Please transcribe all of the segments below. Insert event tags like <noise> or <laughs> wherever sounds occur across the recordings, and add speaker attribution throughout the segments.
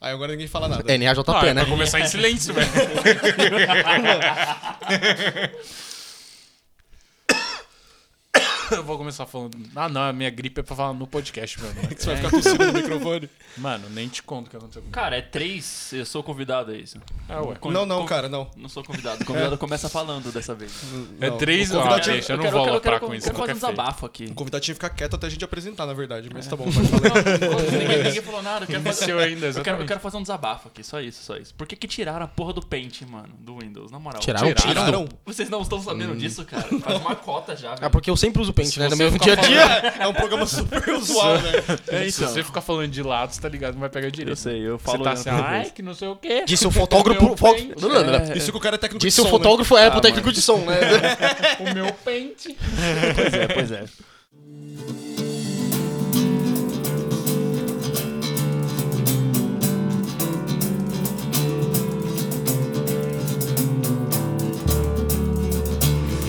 Speaker 1: Aí agora ninguém fala nada.
Speaker 2: NAJP,
Speaker 3: Ah, é
Speaker 2: né?
Speaker 3: pra começar em silêncio, velho. Eu vou começar falando. Ah, não, a minha gripe é pra falar no podcast, meu irmão.
Speaker 1: Você vai ficar tossindo no <laughs> microfone.
Speaker 3: Mano, nem te conto o que aconteceu comigo.
Speaker 4: Cara, é três. Eu sou convidado, é isso?
Speaker 3: Ah, ué.
Speaker 4: Con-
Speaker 1: Não, não,
Speaker 4: con-
Speaker 1: cara, não.
Speaker 4: Não sou
Speaker 2: <laughs>
Speaker 4: convidado. O convidado começa falando dessa vez.
Speaker 3: É
Speaker 1: Não,
Speaker 3: três
Speaker 1: o
Speaker 3: horas.
Speaker 1: convidado,
Speaker 3: Ah,
Speaker 1: tinha,
Speaker 3: deixa, eu não
Speaker 4: quero-
Speaker 3: vou
Speaker 4: quero-
Speaker 3: aloprar
Speaker 4: quero-
Speaker 3: com isso,
Speaker 4: quero
Speaker 3: não
Speaker 4: fazer um
Speaker 3: que é feio.
Speaker 4: desabafo aqui.
Speaker 1: o convidado tinha que ficar quieto até a gente apresentar, na verdade. Mas tá bom, pode falar.
Speaker 3: <laughs>
Speaker 4: ninguém, ninguém falou nada. Eu quero fazer,
Speaker 3: Iniciou
Speaker 4: um
Speaker 3: ainda,
Speaker 4: eu quero, eu
Speaker 3: exatamente.
Speaker 4: quero fazer um desabafo aqui. Só isso, só isso. Por que, que tiraram a porra do Paint, mano? Do Windows, na moral.
Speaker 2: Tiraram o
Speaker 3: Tiraram.
Speaker 2: Paint.
Speaker 1: Tiraram.
Speaker 4: Vocês não estão sabendo disso, cara? Faz uma
Speaker 2: <laughs>
Speaker 4: cota já, velho.
Speaker 2: É porque eu sempre uso Paint, né? No
Speaker 3: você
Speaker 2: meu
Speaker 3: ficar
Speaker 2: dia a dia.
Speaker 1: <laughs> É um programa super usual, né? <laughs>
Speaker 4: É
Speaker 3: Se você ficar falando de lados, tá ligado? Não vai pegar direito.
Speaker 4: Eu sei, eu
Speaker 3: Você
Speaker 4: falo...
Speaker 3: tá assim, ai, que não sei o quê.
Speaker 2: Disse o fotógrafo.
Speaker 3: Meu
Speaker 2: fo-
Speaker 3: Paint,
Speaker 2: Lulana,
Speaker 4: É,
Speaker 1: Isso que o cara é técnico
Speaker 2: Disse
Speaker 1: de
Speaker 2: o
Speaker 1: som,
Speaker 2: fotógrafo é pro
Speaker 4: Ah,
Speaker 2: técnico de som, né?
Speaker 3: O meu pente.
Speaker 4: pois é, pois é.
Speaker 1: Né?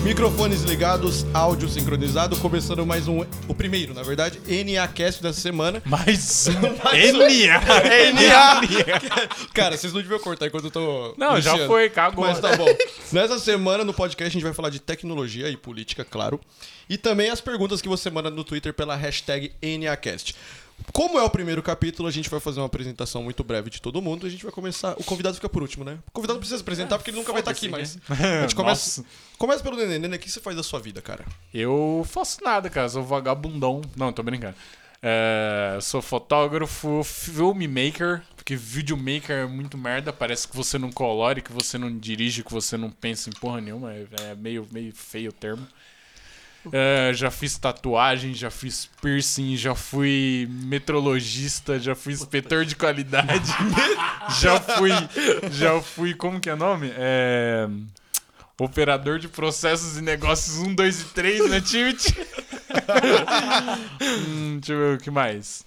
Speaker 1: Microfones ligados, áudio sincronizado, começando mais um... O primeiro, na verdade, NACast dessa semana.
Speaker 3: <laughs> <laughs> Mais um. NA.
Speaker 1: NA! <laughs> cara, vocês não deviam cortar enquanto eu tô...
Speaker 3: Não, já
Speaker 1: iniciando.
Speaker 3: foi, cagou.
Speaker 1: Mas tá bom. Nessa semana, no podcast, a gente vai falar de tecnologia e política, claro. E também as perguntas que você manda no Twitter pela hashtag NACast. Como é o primeiro capítulo, a gente vai fazer uma apresentação muito breve de todo mundo. A gente vai começar. O convidado fica por último, né? O convidado não precisa se apresentar porque ele nunca vai estar aqui, mas.
Speaker 4: foda-se,
Speaker 1: A gente começa. Começa pelo Nenê. Nenê, o que você faz da sua vida, cara?
Speaker 3: Eu faço nada, cara. Sou vagabundão. Não, tô brincando. É, sou fotógrafo, filmmaker, porque videomaker é muito merda. Parece que você não colore, que você não dirige, que você não pensa em porra nenhuma. É, é meio, meio feio o termo. É, já fiz tatuagem, já fiz piercing, já fui metrologista, já fui inspetor de qualidade, <laughs> já fui. Já fui. Como que é o nome? É. Operador de processos e negócios 1, 2 e 3
Speaker 1: <laughs>
Speaker 3: na Activity. hum, deixa eu ver o que mais.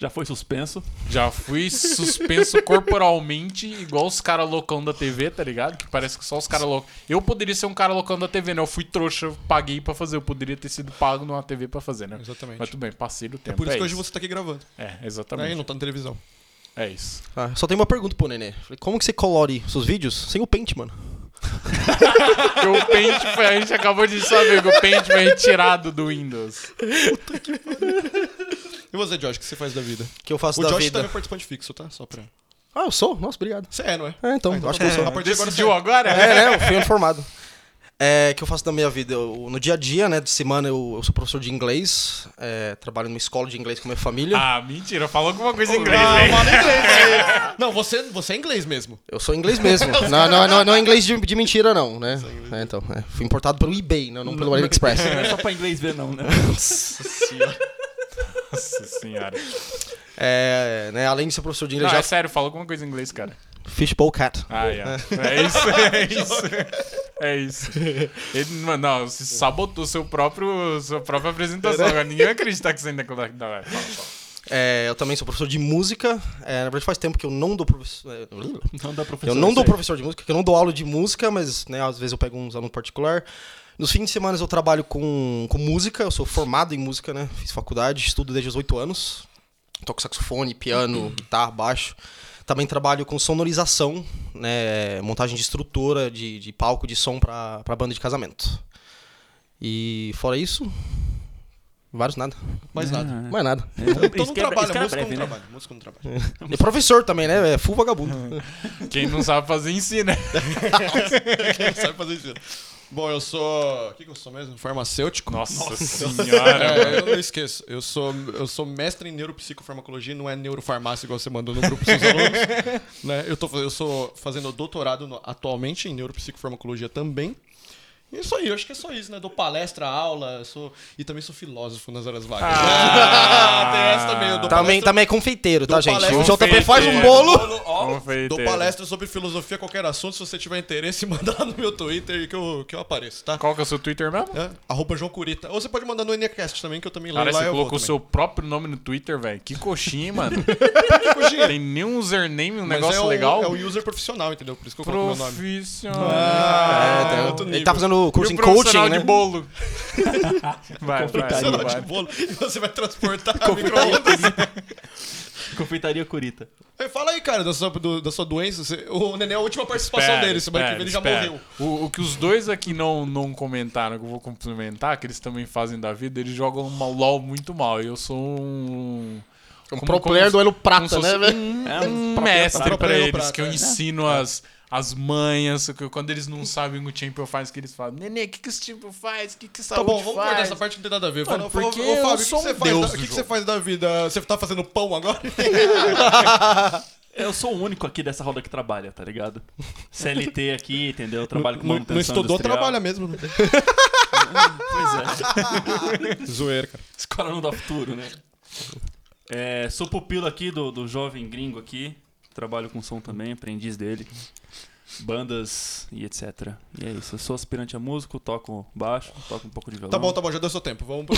Speaker 4: Já foi suspenso.
Speaker 3: Já fui suspenso corporalmente, igual os caras loucão da TV, tá ligado? Que parece que só os caras loucos. Eu poderia ser um cara loucão da TV, né? Eu fui trouxa, eu paguei pra fazer. Eu poderia ter sido pago numa TV pra fazer, né?
Speaker 1: Exatamente.
Speaker 3: Mas tudo bem, passei do
Speaker 1: É
Speaker 3: tempo.
Speaker 1: por isso que hoje
Speaker 3: isso.
Speaker 1: você tá aqui gravando.
Speaker 3: É,
Speaker 1: Aí
Speaker 3: exatamente.
Speaker 1: não tá na televisão.
Speaker 3: É isso.
Speaker 2: Ah, Só tem uma pergunta pro Nenê. Falei, Como que você colore seus vídeos sem o Paint, mano?
Speaker 3: Porque o Paint foi, a gente acabou de saber que o Paint foi retirado do Windows.
Speaker 1: E você, Josh, o que você faz da vida?
Speaker 2: Que eu faço
Speaker 1: O
Speaker 2: da
Speaker 1: Josh
Speaker 2: vida.
Speaker 1: também é participante fixo, tá? Só pra.
Speaker 2: Ah, eu sou? Nossa, obrigado.
Speaker 1: Você é, não é?
Speaker 2: É, então,
Speaker 1: Ah, tá
Speaker 2: acho que eu
Speaker 1: bom.
Speaker 2: sou.
Speaker 1: A partir de agora você
Speaker 3: Decidiu agora?
Speaker 2: É, né? Eu fui uniformado. É, que eu faço da minha vida? Eu- no dia a dia, né? De semana eu, eu sou professor de inglês, é, trabalho numa escola de inglês com a minha família.
Speaker 3: Ah, mentira, falou alguma coisa em inglês,
Speaker 1: Não,
Speaker 3: hein?
Speaker 1: fala inglês, né? <laughs> Não, você, você é inglês mesmo.
Speaker 2: Eu sou inglês mesmo. não, não, não, não é inglês de, de mentira, não, né? É, então, é. fui importado pelo eBay, não, não pelo AliExpress.
Speaker 4: Não <laughs> é só pra inglês ver, não, né? <laughs>
Speaker 3: Nossa senhora.
Speaker 2: É, né, além de ser professor de
Speaker 3: Não,
Speaker 2: inglês,
Speaker 3: é
Speaker 2: já
Speaker 3: sério, fala alguma coisa em inglês, cara.
Speaker 2: é fishbowl cat.
Speaker 3: Ah, é.
Speaker 2: <laughs>
Speaker 3: É isso, é isso. É isso. Ele, mano, não, você sabotou seu próprio, sua própria apresentação. Agora ninguém vai acreditar que você ainda... Não, vai, fala, fala.
Speaker 2: É, eu também sou professor de música. É, na verdade, faz tempo que eu não dou professor. é,
Speaker 4: Não dá professor.
Speaker 2: Eu não dou
Speaker 4: é, isso aí.
Speaker 2: professor de música, que eu não dou aula de música, mas né, às vezes eu pego uns alunos particular. Nos fins de semana eu trabalho com, com música, eu sou formado em música, né? Fiz faculdade, estudo desde os 8 anos. Toco saxofone,
Speaker 4: Uhum.
Speaker 2: piano, guitarra, baixo. Também trabalho com sonorização, né? Montagem de estrutura, de, de palco, de som pra, pra banda de casamento. E fora isso, vários nada.
Speaker 1: Mais nada.
Speaker 2: Mais
Speaker 4: <laughs>
Speaker 2: nada. <laughs>
Speaker 4: É, isso que é-
Speaker 1: Então
Speaker 4: isso
Speaker 1: não
Speaker 4: que
Speaker 1: trabalha, música
Speaker 2: um
Speaker 4: é
Speaker 1: não
Speaker 4: breve, né?
Speaker 1: trabalha. Música não trabalha. <laughs>
Speaker 2: E professor também, né? É full vagabundo.
Speaker 4: Uhum.
Speaker 3: Quem não sabe fazer, ensina.
Speaker 1: Quem não sabe fazer isso? Bom, eu sou. O que, que eu sou mesmo? Farmacêutico.
Speaker 3: Nossa,
Speaker 1: É,
Speaker 3: senhora.
Speaker 1: eu não esqueço. Eu sou, eu sou mestre em neuropsicofarmacologia, não é neurofarmácia igual você mandou no grupo dos seus alunos.
Speaker 4: <laughs>
Speaker 1: né? eu, tô, faz- eu sou fazendo doutorado no- atualmente em neuropsicofarmacologia também. E isso aí, eu acho que é só isso, né? Dou palestra, aula, eu sou, e também sou filósofo nas horas vagas.
Speaker 3: Ah!
Speaker 1: <laughs> tem essa também. Eu dou
Speaker 2: Também,
Speaker 1: palestra,
Speaker 2: também é confeiteiro, tá,
Speaker 1: Dou
Speaker 2: gente?
Speaker 1: palestra-
Speaker 2: O JP faz um
Speaker 3: Confeiteiro.
Speaker 2: bolo.
Speaker 3: Vamos ver,
Speaker 1: dou
Speaker 3: Pedro.
Speaker 1: palestra sobre filosofia, qualquer assunto. Se você tiver interesse, <laughs> manda lá no meu Twitter que eu, que eu apareço, tá?
Speaker 3: Qual que é o seu Twitter mesmo?
Speaker 1: É, arroba João Curita. Ou você pode mandar no NCast também, que eu também leio
Speaker 3: Cara,
Speaker 1: lá.
Speaker 3: você
Speaker 1: eu vou
Speaker 3: colocou o
Speaker 1: também.
Speaker 3: seu próprio nome no Twitter, velho. Que coxinha, hein, mano.
Speaker 1: coxinha?
Speaker 3: Tem nem um username,
Speaker 1: <laughs>
Speaker 3: um
Speaker 1: Mas
Speaker 3: negócio
Speaker 1: é o,
Speaker 3: legal.
Speaker 1: É o user profissional, entendeu? Por isso que eu coloco meu nome.
Speaker 3: Profissional.
Speaker 1: Ah,
Speaker 2: É,
Speaker 1: é
Speaker 2: então,
Speaker 1: outro
Speaker 2: ele
Speaker 1: nível. <laughs>
Speaker 2: tá fazendo curso
Speaker 3: E
Speaker 2: em
Speaker 3: o profissional
Speaker 2: coaching, né?
Speaker 3: de bolo. vai, vai,
Speaker 1: Profissional
Speaker 3: vai.
Speaker 1: de bolo. E você vai transportar a micro-ondas.
Speaker 4: <laughs> Confeitaria Curita.
Speaker 1: Aí Fala aí, cara, da sua, do- da sua doença. Você- o Nenê é a última participação dele, semana que vem ele já
Speaker 3: espera.
Speaker 1: morreu.
Speaker 3: O, o que os dois aqui não, não comentaram, que eu vou complementar, que eles também fazem da vida, eles jogam uma LOL muito mal. E eu sou um.
Speaker 2: Um
Speaker 3: como-
Speaker 2: pro
Speaker 3: como
Speaker 2: player
Speaker 3: se-
Speaker 2: do Elo
Speaker 3: como
Speaker 2: Prata,
Speaker 3: se
Speaker 2: né,
Speaker 3: fosse
Speaker 2: velho?
Speaker 3: um-
Speaker 4: É, um
Speaker 3: um
Speaker 4: prata-
Speaker 3: mestre
Speaker 1: prata-
Speaker 3: pra
Speaker 1: prata-
Speaker 3: eles,
Speaker 1: prata,
Speaker 3: que eu
Speaker 1: é.
Speaker 3: ensino as, as manhas, que eu- quando eles não sabem o que o champion faz, que eles falam, Nenê, o que, que esse champion faz? O que, que esse
Speaker 1: Tá bom, vamos
Speaker 3: Então, faz?
Speaker 1: cortar essa parte que não tem nada a ver.
Speaker 3: Mano,
Speaker 1: Fala, fala,
Speaker 3: porque
Speaker 1: ô, Fábio,
Speaker 3: eu
Speaker 1: o que
Speaker 3: sou
Speaker 1: você
Speaker 3: um
Speaker 1: faz
Speaker 3: deus
Speaker 1: da-
Speaker 3: do
Speaker 1: o que que
Speaker 3: jogo.
Speaker 1: você faz da vida? Você tá fazendo pão agora?
Speaker 4: Eu sou o único aqui dessa roda que trabalha, tá <laughs> ligado? CLT aqui, entendeu? Trabalho com
Speaker 1: Não-
Speaker 4: manutenção
Speaker 1: Não estudou,
Speaker 4: industrial.
Speaker 1: trabalha mesmo. né?
Speaker 4: Pois é. <laughs>
Speaker 1: Zoeira, cara.
Speaker 4: Esse cara não dá futuro, né? É, sou pupilo aqui do, do jovem gringo aqui. Trabalho com som também, aprendiz dele. Bandas e etc. E é isso. Eu sou aspirante a músico, toco baixo, toco um pouco de violão.
Speaker 1: Tá bom, tá bom, já deu seu tempo. Vamos pro.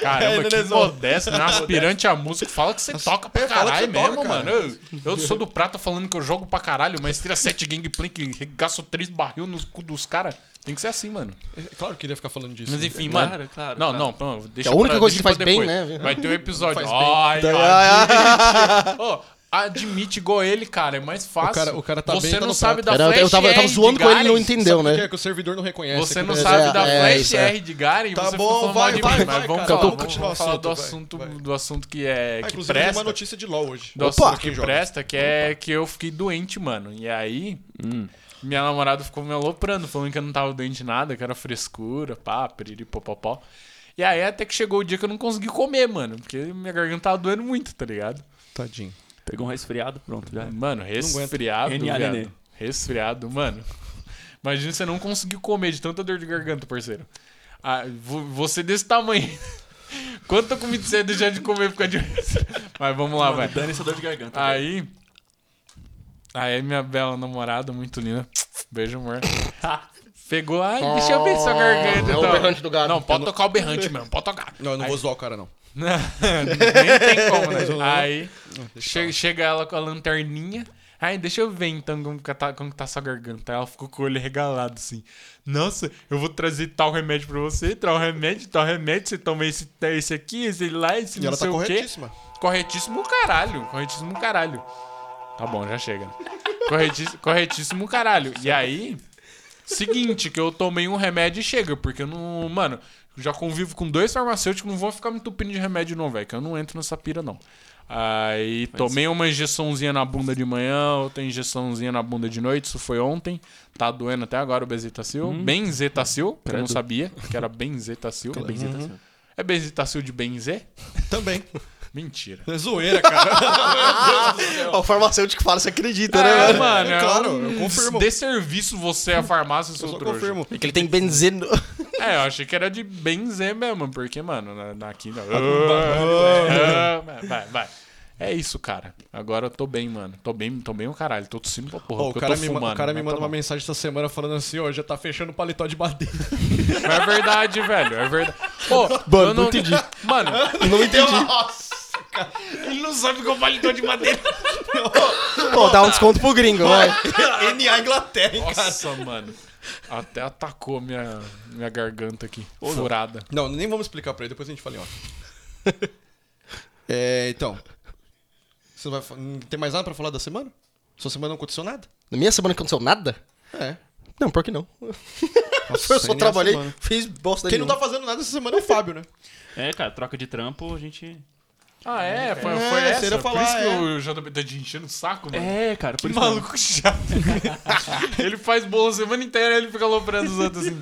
Speaker 3: Caramba,
Speaker 1: É,
Speaker 3: que
Speaker 1: beleza.
Speaker 3: modesto, né? aspirante a música. Fala que você toca pra
Speaker 1: é, fala que você
Speaker 3: caralho mesmo,
Speaker 1: toca, cara.
Speaker 3: mano. Eu, eu sou do Prata falando que eu jogo pra caralho, mas tira 7 gameplay que regaço 3 barril no cu dos caras. Tem que ser assim, mano. Né?
Speaker 1: É <laughs> Claro que ele ia ficar falando disso. né?
Speaker 3: Mas enfim,
Speaker 4: Claro,
Speaker 3: mano.
Speaker 4: claro,
Speaker 3: não,
Speaker 4: claro.
Speaker 3: não, não, deixa
Speaker 2: É a única
Speaker 3: pra-
Speaker 2: coisa que faz
Speaker 3: deixa pra
Speaker 2: bem,
Speaker 3: depois.
Speaker 2: né?
Speaker 3: Vai ter um episódio.
Speaker 1: Faz bem.
Speaker 3: Ai,
Speaker 2: <laughs>
Speaker 3: ai, Ó, admite igual ele, cara. É mais fácil.
Speaker 1: O cara- o cara tá
Speaker 3: Você
Speaker 1: bem, tá
Speaker 3: não
Speaker 1: no
Speaker 3: sabe
Speaker 1: prato.
Speaker 3: da é
Speaker 2: Era- eu
Speaker 3: flash
Speaker 2: tava- eu tava
Speaker 3: R
Speaker 2: zoando
Speaker 3: de
Speaker 2: com ele, ele não
Speaker 3: Garen.
Speaker 2: entendeu,
Speaker 1: Sabe o que
Speaker 2: né?
Speaker 1: é que o servidor não reconhece.
Speaker 3: Você
Speaker 1: que
Speaker 3: não
Speaker 1: parece-
Speaker 3: sabe
Speaker 2: é,
Speaker 3: da
Speaker 2: é,
Speaker 3: Flash
Speaker 2: isso é.
Speaker 3: R de Garen,
Speaker 1: Tá
Speaker 3: você
Speaker 1: bom, vai,
Speaker 3: ficou mal
Speaker 1: vai,
Speaker 3: demais,
Speaker 1: vai,
Speaker 3: mas vamos
Speaker 1: cara,
Speaker 3: falar,
Speaker 1: vamos
Speaker 3: vamos
Speaker 1: continuar o
Speaker 3: falar do
Speaker 1: assunto,
Speaker 3: assunto,
Speaker 1: vai, vai.
Speaker 3: do assunto que é
Speaker 1: Ah,
Speaker 3: que
Speaker 1: inclusive, tem
Speaker 3: presta.
Speaker 1: uma notícia de LOL hoje.
Speaker 3: Do
Speaker 1: Opa!
Speaker 3: assunto que presta, que é que eu fiquei doente, mano. E aí,
Speaker 2: Hum.
Speaker 3: minha namorada ficou me aloprando, falando que eu não tava doente de nada, que era frescura, pá, piripopopó. E aí até que chegou o dia que eu não consegui comer, mano. Porque minha garganta tava doendo muito, tá ligado?
Speaker 1: Tadinho.
Speaker 4: Pegou um resfriado, pronto,
Speaker 2: É.
Speaker 4: já. é.
Speaker 3: Mano, resfriado,
Speaker 4: NANN.
Speaker 3: viado. Resfriado, mano. Imagina você não conseguir comer de tanta dor de garganta, parceiro. Ah, vo- você desse tamanho. <laughs> Quanta comida você ia deixar de comer por causa de... Mas vamos lá, vai.
Speaker 4: Dane essa dor de garganta. velho.
Speaker 3: Aí. Aí minha bela namorada, muito linda.
Speaker 2: <laughs>
Speaker 3: Beijo, amor. Pegou. Ai, deixa eu ver sua garganta.
Speaker 2: é o
Speaker 3: então.
Speaker 2: berrante do gato.
Speaker 3: Não, pode tocar o berrante mesmo, pode tocar.
Speaker 1: Não, eu não
Speaker 3: Aí-
Speaker 1: vou zoar o cara, não.
Speaker 3: <laughs> Nem tem como, né? Aí che- chega ela com a lanterninha. Ai, deixa eu ver então como que, tá, como que tá sua garganta. Aí Ela ficou com o olho regalado assim. Nossa, eu vou trazer tal remédio pra você, tal remédio, tal remédio. Você toma esse, esse aqui, esse lá, esse
Speaker 1: E
Speaker 3: não
Speaker 1: ela tá
Speaker 3: sei o quê.
Speaker 1: corretíssima.
Speaker 3: Corretíssimo o caralho. Corretíssimo o caralho. Tá bom, já chega. Corretíssimo, corretíssimo o caralho. E aí, seguinte, que eu tomei um remédio e chega, porque eu não. Mano, já convivo com dois farmacêuticos, não vou ficar me entupindo de remédio, não, velho, que eu não entro nessa pira, não. Aí tomei uma injeçãozinha na bunda de manhã, outra injeçãozinha na bunda de noite, isso foi ontem. Tá doendo até agora o Bezetacil. Benzetacil, que eu não
Speaker 4: Credo.
Speaker 3: sabia Hum. que era Benzetacil.
Speaker 4: Bem, você tá certo.
Speaker 3: É Benzetacil de Benzer?
Speaker 1: Também.
Speaker 3: Mentira.
Speaker 1: <laughs> É zoeira, cara.
Speaker 2: Ó, O farmacêutico fala, você acredita, né,
Speaker 3: É,
Speaker 2: velho?
Speaker 3: mano, é
Speaker 1: claro,
Speaker 3: um
Speaker 1: eu confirmo.
Speaker 3: Desserviço você é a farmácia, seu
Speaker 1: Eu só
Speaker 3: trouxa. <laughs>
Speaker 1: confirmo.
Speaker 2: É que ele tem benzeno. <laughs>
Speaker 3: É, eu achei que era de benzer mesmo, porque, mano, na, na aqui não. Ah, vai, vai. É isso, cara. Agora eu tô bem, mano. Tô bem, tô bem o caralho. Tô tossindo pra porra.
Speaker 1: Ó, o
Speaker 3: porque
Speaker 1: cara,
Speaker 3: eu tô
Speaker 1: me, ma-
Speaker 3: fumando,
Speaker 1: o cara me
Speaker 3: mas
Speaker 1: manda
Speaker 3: tá
Speaker 1: uma
Speaker 3: bom.
Speaker 1: mensagem essa semana falando assim, ó, já tá fechando o paletó de
Speaker 3: <laughs>
Speaker 1: madeira.
Speaker 3: Mas É verdade, velho.
Speaker 1: <laughs>
Speaker 3: É verdade. Pô, mano, eu não entendi. Mano,
Speaker 2: Não entendi.
Speaker 1: Nossa, cara.
Speaker 3: ele não sabe que eu paletó de madeira.
Speaker 2: Pô, dá um desconto pro gringo, vai.
Speaker 3: é.
Speaker 1: NA Inglaterra, hein, cara.
Speaker 3: Nossa, mano. Até atacou minha, minha garganta aqui. furada.
Speaker 1: Não, nem vamos explicar pra ele, depois a gente fala em off. <laughs> É, então. Você vai. fa- hum, Tem mais nada pra falar da semana? Sua semana não aconteceu nada?
Speaker 2: Na minha semana que aconteceu nada?
Speaker 1: É.
Speaker 2: Não, pior que não.
Speaker 1: Nossa, <laughs>
Speaker 2: Eu só
Speaker 1: NA
Speaker 2: trabalhei,
Speaker 1: semana.
Speaker 2: fiz bosta
Speaker 1: Quem não tá
Speaker 3: um.
Speaker 2: nenhuma.
Speaker 1: fazendo nada essa semana é o Fábio, né?
Speaker 4: É, cara, troca de trampo, a gente.
Speaker 3: Ah, é? Foi,
Speaker 1: É,
Speaker 3: foi
Speaker 1: você
Speaker 3: essa?
Speaker 1: ia
Speaker 3: Por
Speaker 1: falar,
Speaker 3: isso que
Speaker 1: é.
Speaker 3: o JB tá te enchendo o saco, mano.
Speaker 4: É, cara, por
Speaker 3: Que
Speaker 4: isso
Speaker 3: maluco chato. <laughs> ele faz bolo a semana inteira e ele fica aloprando os outros assim.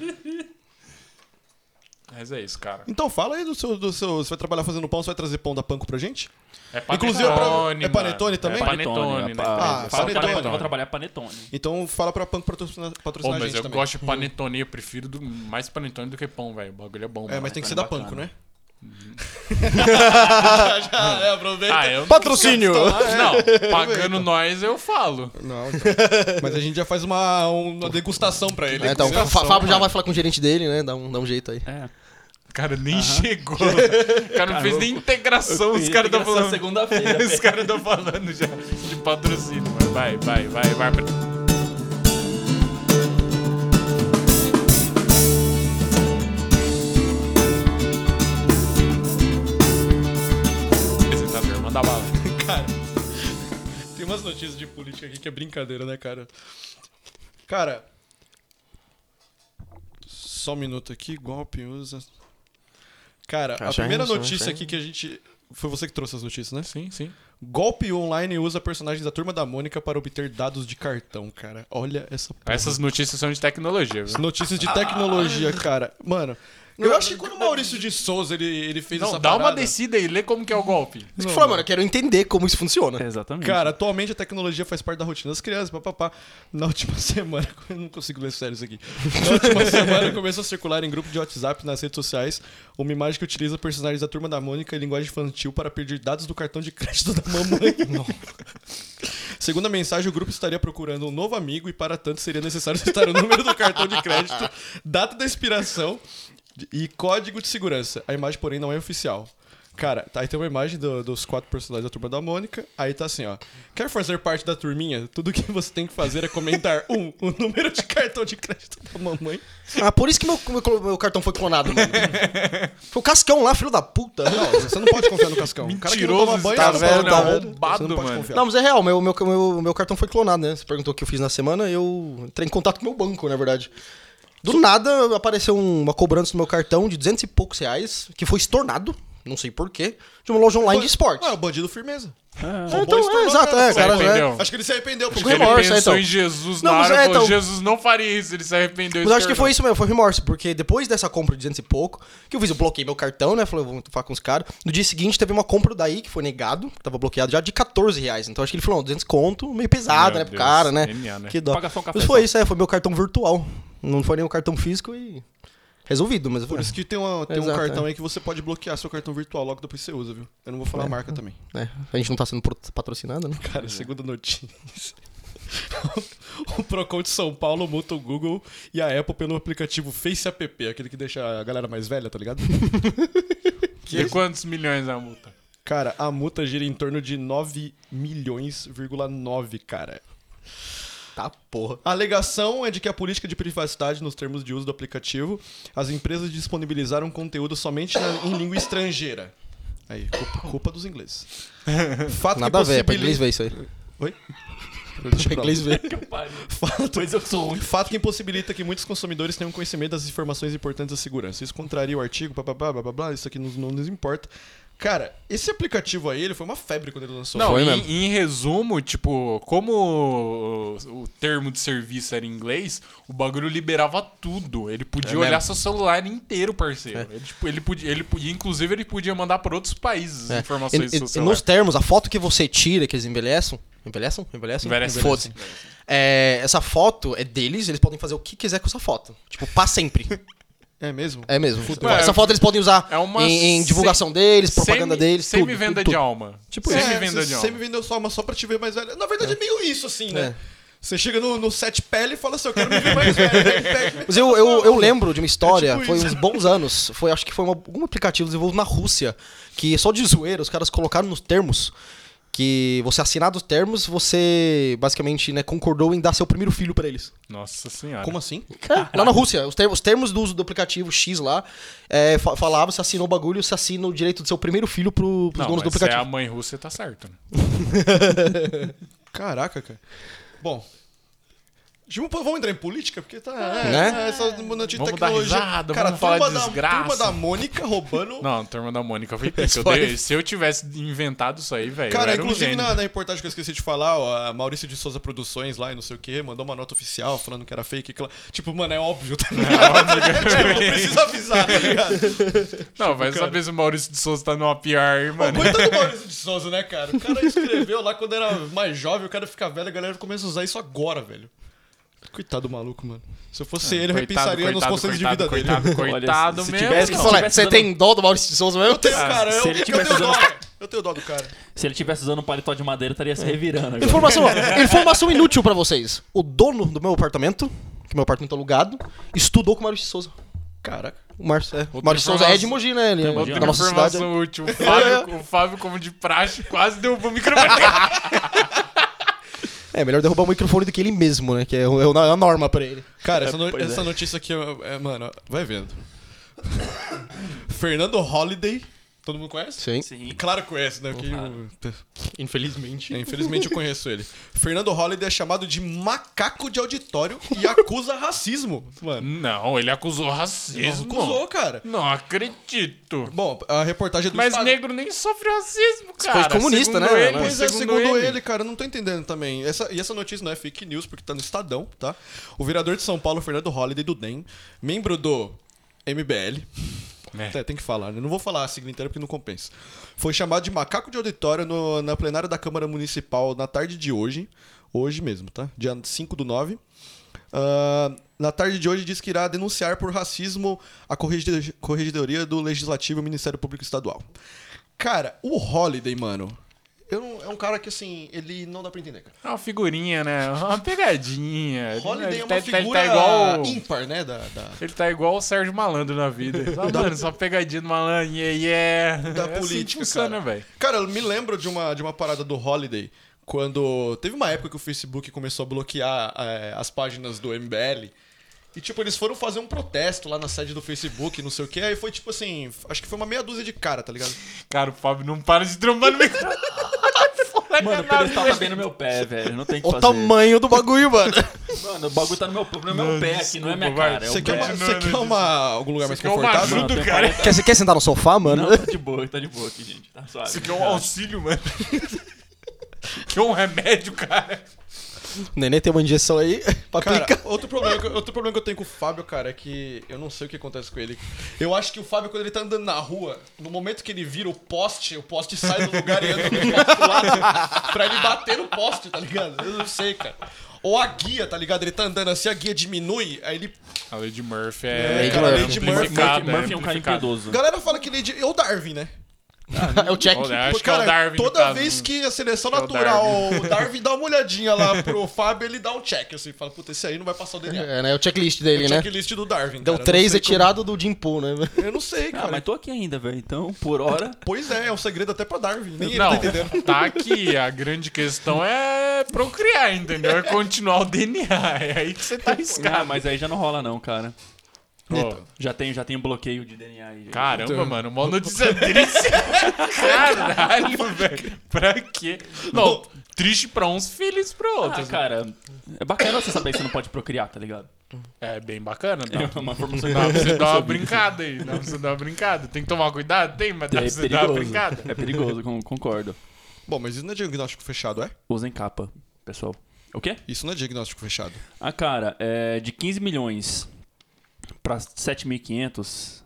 Speaker 3: Mas é isso, cara.
Speaker 1: Então fala aí do seu, do seu. Você vai trabalhar fazendo pão, você vai trazer pão da Panko pra gente?
Speaker 3: É
Speaker 1: Inclusive, é pra- é
Speaker 3: mano.
Speaker 1: panetone também?
Speaker 3: É panetone,
Speaker 4: é
Speaker 3: né?
Speaker 4: pa-
Speaker 1: Ah,
Speaker 4: fala
Speaker 1: panetone.
Speaker 4: panetone, Eu vou trabalhar panetone.
Speaker 1: Então fala pra Panko patrocinar,
Speaker 3: Pô,
Speaker 1: patrocinar a
Speaker 3: mas
Speaker 1: gente
Speaker 3: eu
Speaker 1: também. Hum.
Speaker 3: gosto de panetone, eu prefiro do- mais panetone do que pão, velho. O bagulho é bom,
Speaker 1: É,
Speaker 3: mano.
Speaker 1: mas tem que ser da
Speaker 4: Bacana,
Speaker 1: Panko,
Speaker 4: bacana.
Speaker 1: né? <laughs> já, já, é, aproveita.
Speaker 3: Ah, eu... Ah,
Speaker 1: <laughs>
Speaker 2: Patrocínio!
Speaker 3: Não, pagando
Speaker 1: então.
Speaker 3: nós eu falo.
Speaker 1: Não, então. mas a gente já faz uma, uma degustação pra ele.
Speaker 2: É, então, o
Speaker 1: entendeu?
Speaker 2: Fa- Fábio já
Speaker 3: mano.
Speaker 2: vai falar com o gerente dele, né? Dá um, dá um jeito aí.
Speaker 4: É.
Speaker 3: Cara, nem chegou. O cara não fez nem
Speaker 4: Então
Speaker 3: integração, é os caras estão falando. <laughs>
Speaker 4: segunda-feira.
Speaker 3: Os caras estão tá falando já de patrocínio. mas Vai, vai, vai, vai. pra- Apresentar minha irmã. tá Manda bala.
Speaker 1: Tem umas notícias de política aqui que é brincadeira, né, cara? Cara. Só um minuto aqui, golpe usa. Cara, a
Speaker 2: Caixa
Speaker 1: primeira
Speaker 2: Henson,
Speaker 1: notícia
Speaker 2: né?
Speaker 1: aqui que a gente. Foi você que trouxe as notícias, né?
Speaker 3: Sim, sim.
Speaker 1: Golpe online usa personagens da turma da Mônica para obter dados de cartão, cara. Olha essa porra.
Speaker 3: Essas notícias são de tecnologia, viu?
Speaker 1: Notícias de
Speaker 3: Ah.
Speaker 1: tecnologia, cara. Mano, eu acho que quando o Maurício de Souza ele, ele fez
Speaker 3: Não,
Speaker 1: essa
Speaker 3: dá uma
Speaker 1: parada-
Speaker 3: descida e lê como que é o golpe.
Speaker 2: Isso que eu falei, mano, eu quero entender como isso
Speaker 3: É.
Speaker 2: funciona.
Speaker 4: <laughs> Exatamente.
Speaker 1: Cara, atualmente a tecnologia faz parte da rotina das crianças, papapá. Na última <laughs> semana, eu não consigo ler sério isso aqui. Na última semana começou a circular em grupo de WhatsApp nas redes sociais uma imagem que utiliza personagens da turma da Mônica em linguagem infantil para pedir dados do cartão de crédito da mamãe. Segundo a mensagem, o grupo estaria procurando um novo amigo e, para tanto, seria necessário citar o número do cartão de crédito, data da expiração e código de segurança. A imagem, porém, não é oficial. Cara, tá, aí tem uma imagem do- dos quatro personagens da turma da Mônica. Aí tá assim, ó. Quer fazer parte da turminha? Tudo que você tem que fazer é comentar um, o número de cartão de crédito da mamãe.
Speaker 2: Ah, por isso que meu, meu- meu cartão foi clonado,
Speaker 3: <laughs>
Speaker 2: mano. Foi o Cascão lá, filho da puta. Não,
Speaker 1: Você não pode confiar no Cascão. O cara que não toma
Speaker 3: Mentiroso,
Speaker 1: banho,
Speaker 3: tá
Speaker 1: não
Speaker 2: velho,
Speaker 1: pode
Speaker 2: tá
Speaker 1: confiar.
Speaker 3: roubado,
Speaker 1: Você não pode
Speaker 3: mano.
Speaker 1: confiar.
Speaker 2: Não, mas é real, meu, meu, meu, meu cartão foi clonado, né? Você perguntou o que eu fiz na semana, eu entrei em contato com o meu banco, na verdade. Do nada apareceu um- uma cobrança no meu cartão de 200 e poucos reais, que foi estornado, não sei porquê, de uma loja online de esporte.
Speaker 1: Ué, é o bandido firmeza.
Speaker 4: Ah,
Speaker 1: Roubou
Speaker 2: então,
Speaker 1: e estornou,
Speaker 2: é, exato,
Speaker 1: cara.
Speaker 2: é, cara, já-
Speaker 3: Entendeu?
Speaker 1: Acho que ele se arrependeu.
Speaker 2: Acho
Speaker 1: Porque
Speaker 2: que
Speaker 3: Ele
Speaker 2: Remorso,
Speaker 3: pensou
Speaker 2: então.
Speaker 3: em Jesus
Speaker 2: Não,
Speaker 3: na
Speaker 2: mas
Speaker 3: hora
Speaker 2: é,
Speaker 3: e falou,
Speaker 2: então.
Speaker 3: Jesus não faria isso, ele se arrependeu.
Speaker 2: Mas eu acho que
Speaker 3: estornou.
Speaker 2: foi isso mesmo, foi remorso, porque depois dessa compra de 200 e pouco, que eu fiz, eu bloqueei meu cartão, né? Falei, eu vou falar com os caras. No dia seguinte teve uma compra daí, que foi negado, que tava bloqueado já, de 14 reais. Então acho que ele falou, não, 200 conto, meio pesado,
Speaker 3: Meu
Speaker 2: né, pro
Speaker 3: Deus,
Speaker 2: cara, né?
Speaker 3: NA, né?
Speaker 2: Que dó.
Speaker 4: Paga só um café
Speaker 2: mas foi isso, é, foi meu cartão virtual. Não foi nem o cartão físico e resolvido, mas eu
Speaker 1: Por
Speaker 2: falei,
Speaker 1: isso que tem, uma, tem um
Speaker 2: Exato,
Speaker 1: cartão
Speaker 2: é.
Speaker 1: aí que você pode bloquear seu cartão virtual logo depois que você usa, viu? Eu não vou falar a marca também. É.
Speaker 2: é, a gente não tá sendo pro- patrocinado, né?
Speaker 1: <laughs> Cara, segunda notícia. <laughs> o Procon de São Paulo multa o Google e a Apple pelo aplicativo Face App, aquele que deixa a galera mais velha, tá ligado?
Speaker 3: De quantos milhões a multa?
Speaker 1: Cara, a multa gira em torno de 9 milhões,9, cara.
Speaker 2: Tá porra.
Speaker 1: A alegação é de que a política de privacidade nos termos de uso do aplicativo, as empresas disponibilizaram conteúdo somente na- em língua estrangeira. Aí, culpa, culpa dos
Speaker 2: <laughs>
Speaker 1: ingleses. Fato
Speaker 2: Nada a ver, é
Speaker 1: possibilita-
Speaker 2: pra inglês ver isso aí. <laughs> É
Speaker 1: Oi?
Speaker 2: Pra inglês ver.
Speaker 1: Fato
Speaker 4: Pois eu sou ruim.
Speaker 1: Fato que impossibilita que muitos consumidores tenham conhecimento das informações importantes da segurança. Isso contraria o artigo, blá blá blá blá blá, blá isso aqui nos- não, nos importa. Cara, esse aplicativo aí, ele foi uma febre quando ele lançou.
Speaker 3: Não,
Speaker 2: Então Foi mesmo.
Speaker 3: em, em resumo, tipo, como o, o termo de serviço era em inglês, o bagulho liberava tudo. Ele podia
Speaker 2: É
Speaker 3: olhar
Speaker 2: mesmo. É.
Speaker 3: seu celular inteiro, parceiro. Ele, tipo, ele podia, ele podia, inclusive, ele podia mandar para outros países
Speaker 2: É.
Speaker 3: <laughs> informações do
Speaker 2: E-
Speaker 3: seu
Speaker 2: e-
Speaker 3: celular.
Speaker 2: nos termos, a foto que você tira, que eles envelhecem. Envelhecem? Envelhecem?
Speaker 3: Envelhecem.
Speaker 2: Foda-se. É, essa foto é deles, eles podem fazer o que quiser com essa foto. Tipo, pra sempre.
Speaker 1: É mesmo?
Speaker 2: É mesmo.
Speaker 3: É,
Speaker 2: essa foto eles podem usar
Speaker 3: é uma
Speaker 2: em, em
Speaker 3: sem-
Speaker 2: divulgação deles, propaganda
Speaker 3: Semi-
Speaker 2: deles. tudo,
Speaker 3: Semi-venda
Speaker 2: tudo,
Speaker 3: de alma.
Speaker 2: Tipo
Speaker 1: É,
Speaker 2: isso.
Speaker 3: Sempre venda
Speaker 1: você
Speaker 3: de alma.
Speaker 1: sempre vendeu só uma só pra te ver mais velho. Na verdade, é, meio isso, assim, né?
Speaker 2: É.
Speaker 1: Você chega no, no set pele e fala assim, eu quero me ver mais velho. Aí
Speaker 3: <laughs>
Speaker 1: pega-
Speaker 2: Mas eu, eu, eu lembro de uma história,
Speaker 1: É tipo
Speaker 2: foi
Speaker 1: isso.
Speaker 2: uns bons anos, foi acho que foi uma- algum aplicativo desenvolvido na Rússia, que só de zoeira os caras colocaram nos termos que você assinado os termos, você basicamente né, concordou em dar seu primeiro filho pra eles.
Speaker 3: Nossa senhora.
Speaker 1: Como assim?
Speaker 2: Lá na Rússia, os termos, os termos do uso do aplicativo X lá, é, fa- falava, se assinou o bagulho, se assina o direito do seu primeiro filho pro, pros
Speaker 3: Não,
Speaker 2: donos do
Speaker 3: mas se é a
Speaker 2: aplicativo.
Speaker 3: mãe russa, tá certo. né?
Speaker 1: Caraca, cara. Bom... Dilma, pô, Vamos entrar em política? Porque tá. é,
Speaker 2: Né?
Speaker 1: é, Essa mudança de
Speaker 3: Vamos dar
Speaker 1: tecnologia.
Speaker 3: risada,
Speaker 1: cara,
Speaker 3: vamos falar de
Speaker 1: turma da-
Speaker 3: desgraça.
Speaker 1: Turma da Mônica roubando
Speaker 3: Não, turma da
Speaker 2: <laughs>
Speaker 3: Mônica foi pica. Eu
Speaker 1: Isso aí.
Speaker 3: dei- Se eu tivesse inventado isso aí, velho. eu
Speaker 1: Cara,
Speaker 3: era um
Speaker 1: inclusive
Speaker 3: gênio.
Speaker 1: na, na reportagem que eu esqueci de falar, ó, a Maurício de Souza Produções lá e não sei o que, mandou uma nota oficial falando que era fake. que lá- Tipo, mano, é óbvio, tá
Speaker 3: <laughs>
Speaker 1: ligado?
Speaker 3: é
Speaker 1: <laughs> tipo, não precisa avisar, tá ligado?
Speaker 3: Não, vai saber se o Maurício de Souza tá numa PR, aí, mano.
Speaker 1: Coitado do Maurício de Souza, né, cara? O cara escreveu lá quando era mais jovem, o cara fica velho, a galera começa a usar isso agora, velho. Coitado do maluco, mano. Se eu fosse ele, eu repensaria nos conselhos de vida
Speaker 3: É,
Speaker 1: <laughs>
Speaker 3: coitado,
Speaker 1: dele.
Speaker 3: Coitado,
Speaker 4: Olha, se
Speaker 3: mesmo.
Speaker 4: tivesse-
Speaker 3: não.
Speaker 4: se
Speaker 2: Fala,
Speaker 4: tivesse
Speaker 2: Você
Speaker 4: dando-
Speaker 2: tem dó do Maurício de Souza mesmo?
Speaker 1: Eu tenho,
Speaker 4: Ah,
Speaker 1: cara, eu,
Speaker 4: se ele
Speaker 1: eu
Speaker 4: tivesse
Speaker 1: tenho dó.
Speaker 4: usando-
Speaker 1: Eu tenho dó do cara.
Speaker 4: Se ele tivesse usando um paletó de madeira, estaria se revirando
Speaker 2: <laughs>
Speaker 4: agora.
Speaker 2: Informação, informação inútil pra vocês. O dono do meu apartamento, que meu apartamento é alugado, estudou com o Maurício de Souza.
Speaker 1: Cara,
Speaker 2: O Maurício, é. O Maurício de Souza é de Mogi, né? Ele,
Speaker 3: Outra
Speaker 2: da nossa
Speaker 3: informação
Speaker 2: cidade.
Speaker 3: útil. O Fábio, o Fábio, como de praxe, quase derrubou o microfone.
Speaker 2: É, melhor derrubar o microfone do que ele mesmo, né? Que é, o- é a norma pra ele.
Speaker 1: Cara, essa, no-
Speaker 4: pois
Speaker 1: essa <laughs> notícia aqui, é, é, mano, vai vendo. Fernando Holiday. Todo mundo conhece?
Speaker 2: Sim.
Speaker 4: Sim.
Speaker 1: Claro que conhece, né? Que
Speaker 4: Claro.
Speaker 1: eu-
Speaker 2: Infelizmente.
Speaker 1: É, infelizmente eu conheço ele. Fernando Holliday é chamado de macaco de auditório e acusa racismo. Mano.
Speaker 3: Não, ele acusou racismo.
Speaker 1: Acusou, cara.
Speaker 3: Não acredito.
Speaker 1: Bom, a reportagem é do
Speaker 3: Mas
Speaker 1: Estado.
Speaker 3: negro nem sofre racismo, cara.
Speaker 2: comunista,
Speaker 3: Segundo
Speaker 2: né,
Speaker 3: ele,
Speaker 2: Mas
Speaker 1: Pois é, segundo ele. cara, eu não tô entendendo também. Essa, e essa notícia não é fake news, porque tá no Estadão, tá? O vereador de São Paulo, Fernando Holliday, do DEM, membro do MBL.
Speaker 3: É.
Speaker 1: É, tem que falar, né? Não vou falar a sigla inteira porque não compensa. Foi chamado de macaco de auditório no- na plenária da Câmara Municipal na tarde de hoje. Hoje mesmo, tá? Dia 5 do 9. Ah, na tarde de hoje diz que irá denunciar por racismo a corrige- corregedoria do Legislativo e Ministério Público Estadual. Cara, o Holiday, mano, eu não- é um cara que, assim, ele não dá pra entender, cara.
Speaker 3: É uma figurinha, né? Uma pegadinha. Ele-
Speaker 1: Holiday
Speaker 3: ele
Speaker 1: é
Speaker 3: tá-
Speaker 1: uma
Speaker 3: ele tá-
Speaker 1: figura
Speaker 3: ele tá igual.
Speaker 1: ímpar, né? Da, da,
Speaker 3: Ele tá igual o Sérgio Malandro na vida.
Speaker 1: <laughs>
Speaker 3: Só, mano, só pegadinha do malandro, yeah, yeah.
Speaker 1: da
Speaker 3: É assim que
Speaker 1: política, cara.
Speaker 3: funciona, velho.
Speaker 1: Cara, eu me lembro de uma, de uma parada do Holiday, quando... Teve uma época que o Facebook começou a bloquear eh, as páginas do MBL... E, tipo, eles foram fazer um protesto lá na sede do Facebook, não sei o quê. Aí foi, tipo assim, acho que foi uma meia dúzia de cara, tá ligado?
Speaker 3: Cara, o Fábio não para de trombar no microfone. Fora
Speaker 4: Mano, o
Speaker 3: canal,
Speaker 4: pedestal tá
Speaker 3: velho.
Speaker 4: bem no meu pé, velho. Não tem o que
Speaker 2: Olha
Speaker 4: fazer.
Speaker 2: o tamanho do bagulho, <laughs> mano.
Speaker 4: Mano, o bagulho tá no meu, no meu
Speaker 3: Mano,
Speaker 4: pé aqui, não é minha
Speaker 3: desculpa, vai.
Speaker 4: cara. É
Speaker 1: Você
Speaker 4: o
Speaker 1: quer,
Speaker 4: pé.
Speaker 1: uma,
Speaker 3: não,
Speaker 1: você
Speaker 3: não,
Speaker 1: quer
Speaker 3: não.
Speaker 1: uma- algum lugar mais
Speaker 3: Você quer uma
Speaker 1: confortável?
Speaker 3: ajuda,
Speaker 4: Não, tem um
Speaker 3: cara.
Speaker 2: quer, você quer sentar no sofá, mano? <laughs>
Speaker 4: Não, tá de boa, tá de boa aqui, gente. Tá suave.
Speaker 3: Isso aqui é um auxílio, mano. <laughs> que é um remédio, cara.
Speaker 2: O neném tem uma injeção aí pra
Speaker 1: Cara,
Speaker 2: aplicar.
Speaker 1: outro problema, que- outro problema que eu tenho com o Fábio, cara, é que eu não sei o que acontece com ele. Eu acho que o Fábio, quando ele tá andando na rua, no momento que ele vira o poste, o poste sai do lugar e entra no poste do lado pra ele bater no poste, tá ligado? Eu não sei, cara. Ou a guia, tá ligado? Ele tá andando assim, a guia diminui, aí ele.
Speaker 3: A Lady Murphy
Speaker 1: É,
Speaker 3: é.
Speaker 1: cara, a Lady Murphy-
Speaker 3: amplificada,
Speaker 4: Murphy é um cara
Speaker 3: amplificada.
Speaker 4: impiedoso.
Speaker 1: Galera fala que ele. é de- É o Darwin, né?
Speaker 2: é o check.
Speaker 3: Olha, acho
Speaker 1: Porque,
Speaker 3: que é o Darwin. no
Speaker 1: toda
Speaker 3: caso,
Speaker 1: vez
Speaker 3: né?
Speaker 1: que a seleção
Speaker 3: É o
Speaker 1: natural, o Darwin dá uma olhadinha lá pro Fábio, ele dá um check, assim, fala, puta, esse aí não vai passar o DNA.
Speaker 2: É, né? O checklist dele, né?
Speaker 1: Checklist do Darwin.
Speaker 2: Deu
Speaker 1: cara, não
Speaker 2: três
Speaker 1: sei
Speaker 2: é tirado do Jim Pool, né?
Speaker 1: como- Eu não sei, cara.
Speaker 4: Ah, mas tô aqui ainda, velho. Então, por <laughs> hora.
Speaker 1: Pois é, é um segredo até pra Darwin. Nem
Speaker 3: Não,
Speaker 1: ele tá entendendo.
Speaker 3: tá aqui. A grande questão é procriar, entendeu? É continuar o DNA. É aí que você tá
Speaker 4: Ah,
Speaker 3: arriscado.
Speaker 4: mas aí já não rola, não, cara.
Speaker 3: Ô,
Speaker 4: Já tem, já tem bloqueio de DNA aí. gente.
Speaker 3: Caramba, mano, mó notícia triste. <laughs> Caralho, velho. Pra quê? Não, triste pra uns, feliz pra
Speaker 4: Ah,
Speaker 3: outros.
Speaker 4: cara, é bacana você saber que você não pode procriar, tá ligado?
Speaker 3: É bem bacana, tá?
Speaker 4: <laughs> É uma formação
Speaker 3: Dá pra você dar uma brincada aí, dá pra você dar uma brincada. Tem que tomar cuidado? Tem, mas dá
Speaker 4: É
Speaker 3: pra você dar uma
Speaker 4: perigoso.
Speaker 3: brincada.
Speaker 4: É perigoso, con- concordo.
Speaker 1: Bom, mas isso não é diagnóstico fechado, é?
Speaker 4: Usem capa, pessoal. O quê?
Speaker 1: Isso não é diagnóstico fechado.
Speaker 4: Ah, cara, é, de 15 milhões pra 7.500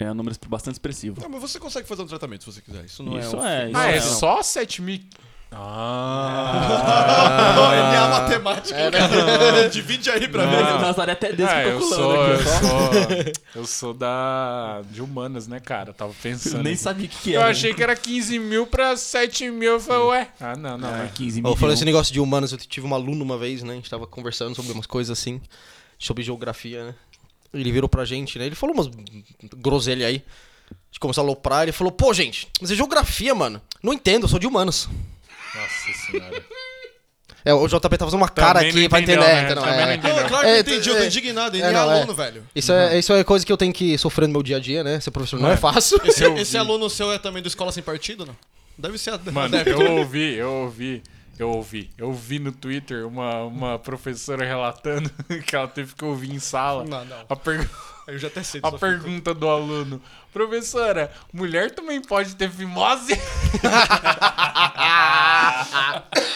Speaker 4: é um número bastante expressivo.
Speaker 1: Não, mas você consegue fazer um tratamento se você quiser. Isso não
Speaker 4: Isso
Speaker 1: é. um-
Speaker 4: é, isso
Speaker 3: Ah, é
Speaker 4: é.
Speaker 3: só 7 mil. Ah,
Speaker 1: Não, ele é a matemática. cara. Divide aí pra ver.
Speaker 4: O Nazaré é até desse
Speaker 3: Ah, eu
Speaker 4: calculando
Speaker 3: sou, eu
Speaker 4: aqui, ó.
Speaker 3: sou. Eu sou da. de humanas, né, cara? Eu tava pensando.
Speaker 4: Nem sabia né? o que, que
Speaker 3: Eu
Speaker 4: era.
Speaker 3: achei que era 15 mil pra 7 mil. Eu falei, ué. Ah, não, não.
Speaker 4: Ah,
Speaker 3: é.
Speaker 4: 15
Speaker 2: Eu
Speaker 4: milhões.
Speaker 2: falei esse negócio de humanos, eu tive um aluno uma vez, né? A gente tava conversando sobre umas coisas assim, sobre geografia, né? Ele virou pra gente, né? Ele falou umas groselhas aí. A gente começou a aloprar, ele falou, pô, gente, mas é geografia, mano. Não entendo, eu sou de humanos.
Speaker 3: Nossa senhora.
Speaker 2: É, o JP tá fazendo uma cara
Speaker 3: Também
Speaker 2: aqui
Speaker 3: não
Speaker 2: pra
Speaker 3: entendeu,
Speaker 2: entender.
Speaker 3: né?
Speaker 2: Então,
Speaker 3: Também não
Speaker 2: é.
Speaker 3: entendeu.
Speaker 1: Não, é claro que eu
Speaker 2: É,
Speaker 1: entendi, eu tô
Speaker 2: é.
Speaker 1: indignado. Ele
Speaker 2: É,
Speaker 1: é,
Speaker 2: não, é.
Speaker 1: aluno, velho.
Speaker 2: Isso, é, isso é coisa que eu tenho que sofrer no meu dia a dia, né? Ser professor não é, fácil.
Speaker 1: Esse,
Speaker 3: Eu
Speaker 1: esse
Speaker 3: vi.
Speaker 1: aluno seu é também do Escola Sem Partido, não? Deve ser a
Speaker 3: <laughs> Mano,
Speaker 1: deve.
Speaker 3: eu ouvi, eu ouvi, eu ouvi. Eu vi no Twitter uma, uma professora relatando <laughs> que ela teve que ouvir em sala.
Speaker 1: Não, não.
Speaker 3: A pergunta.
Speaker 1: Eu já até sei.
Speaker 3: A
Speaker 1: disso.
Speaker 3: pergunta do aluno. Professora, mulher também pode ter fimose?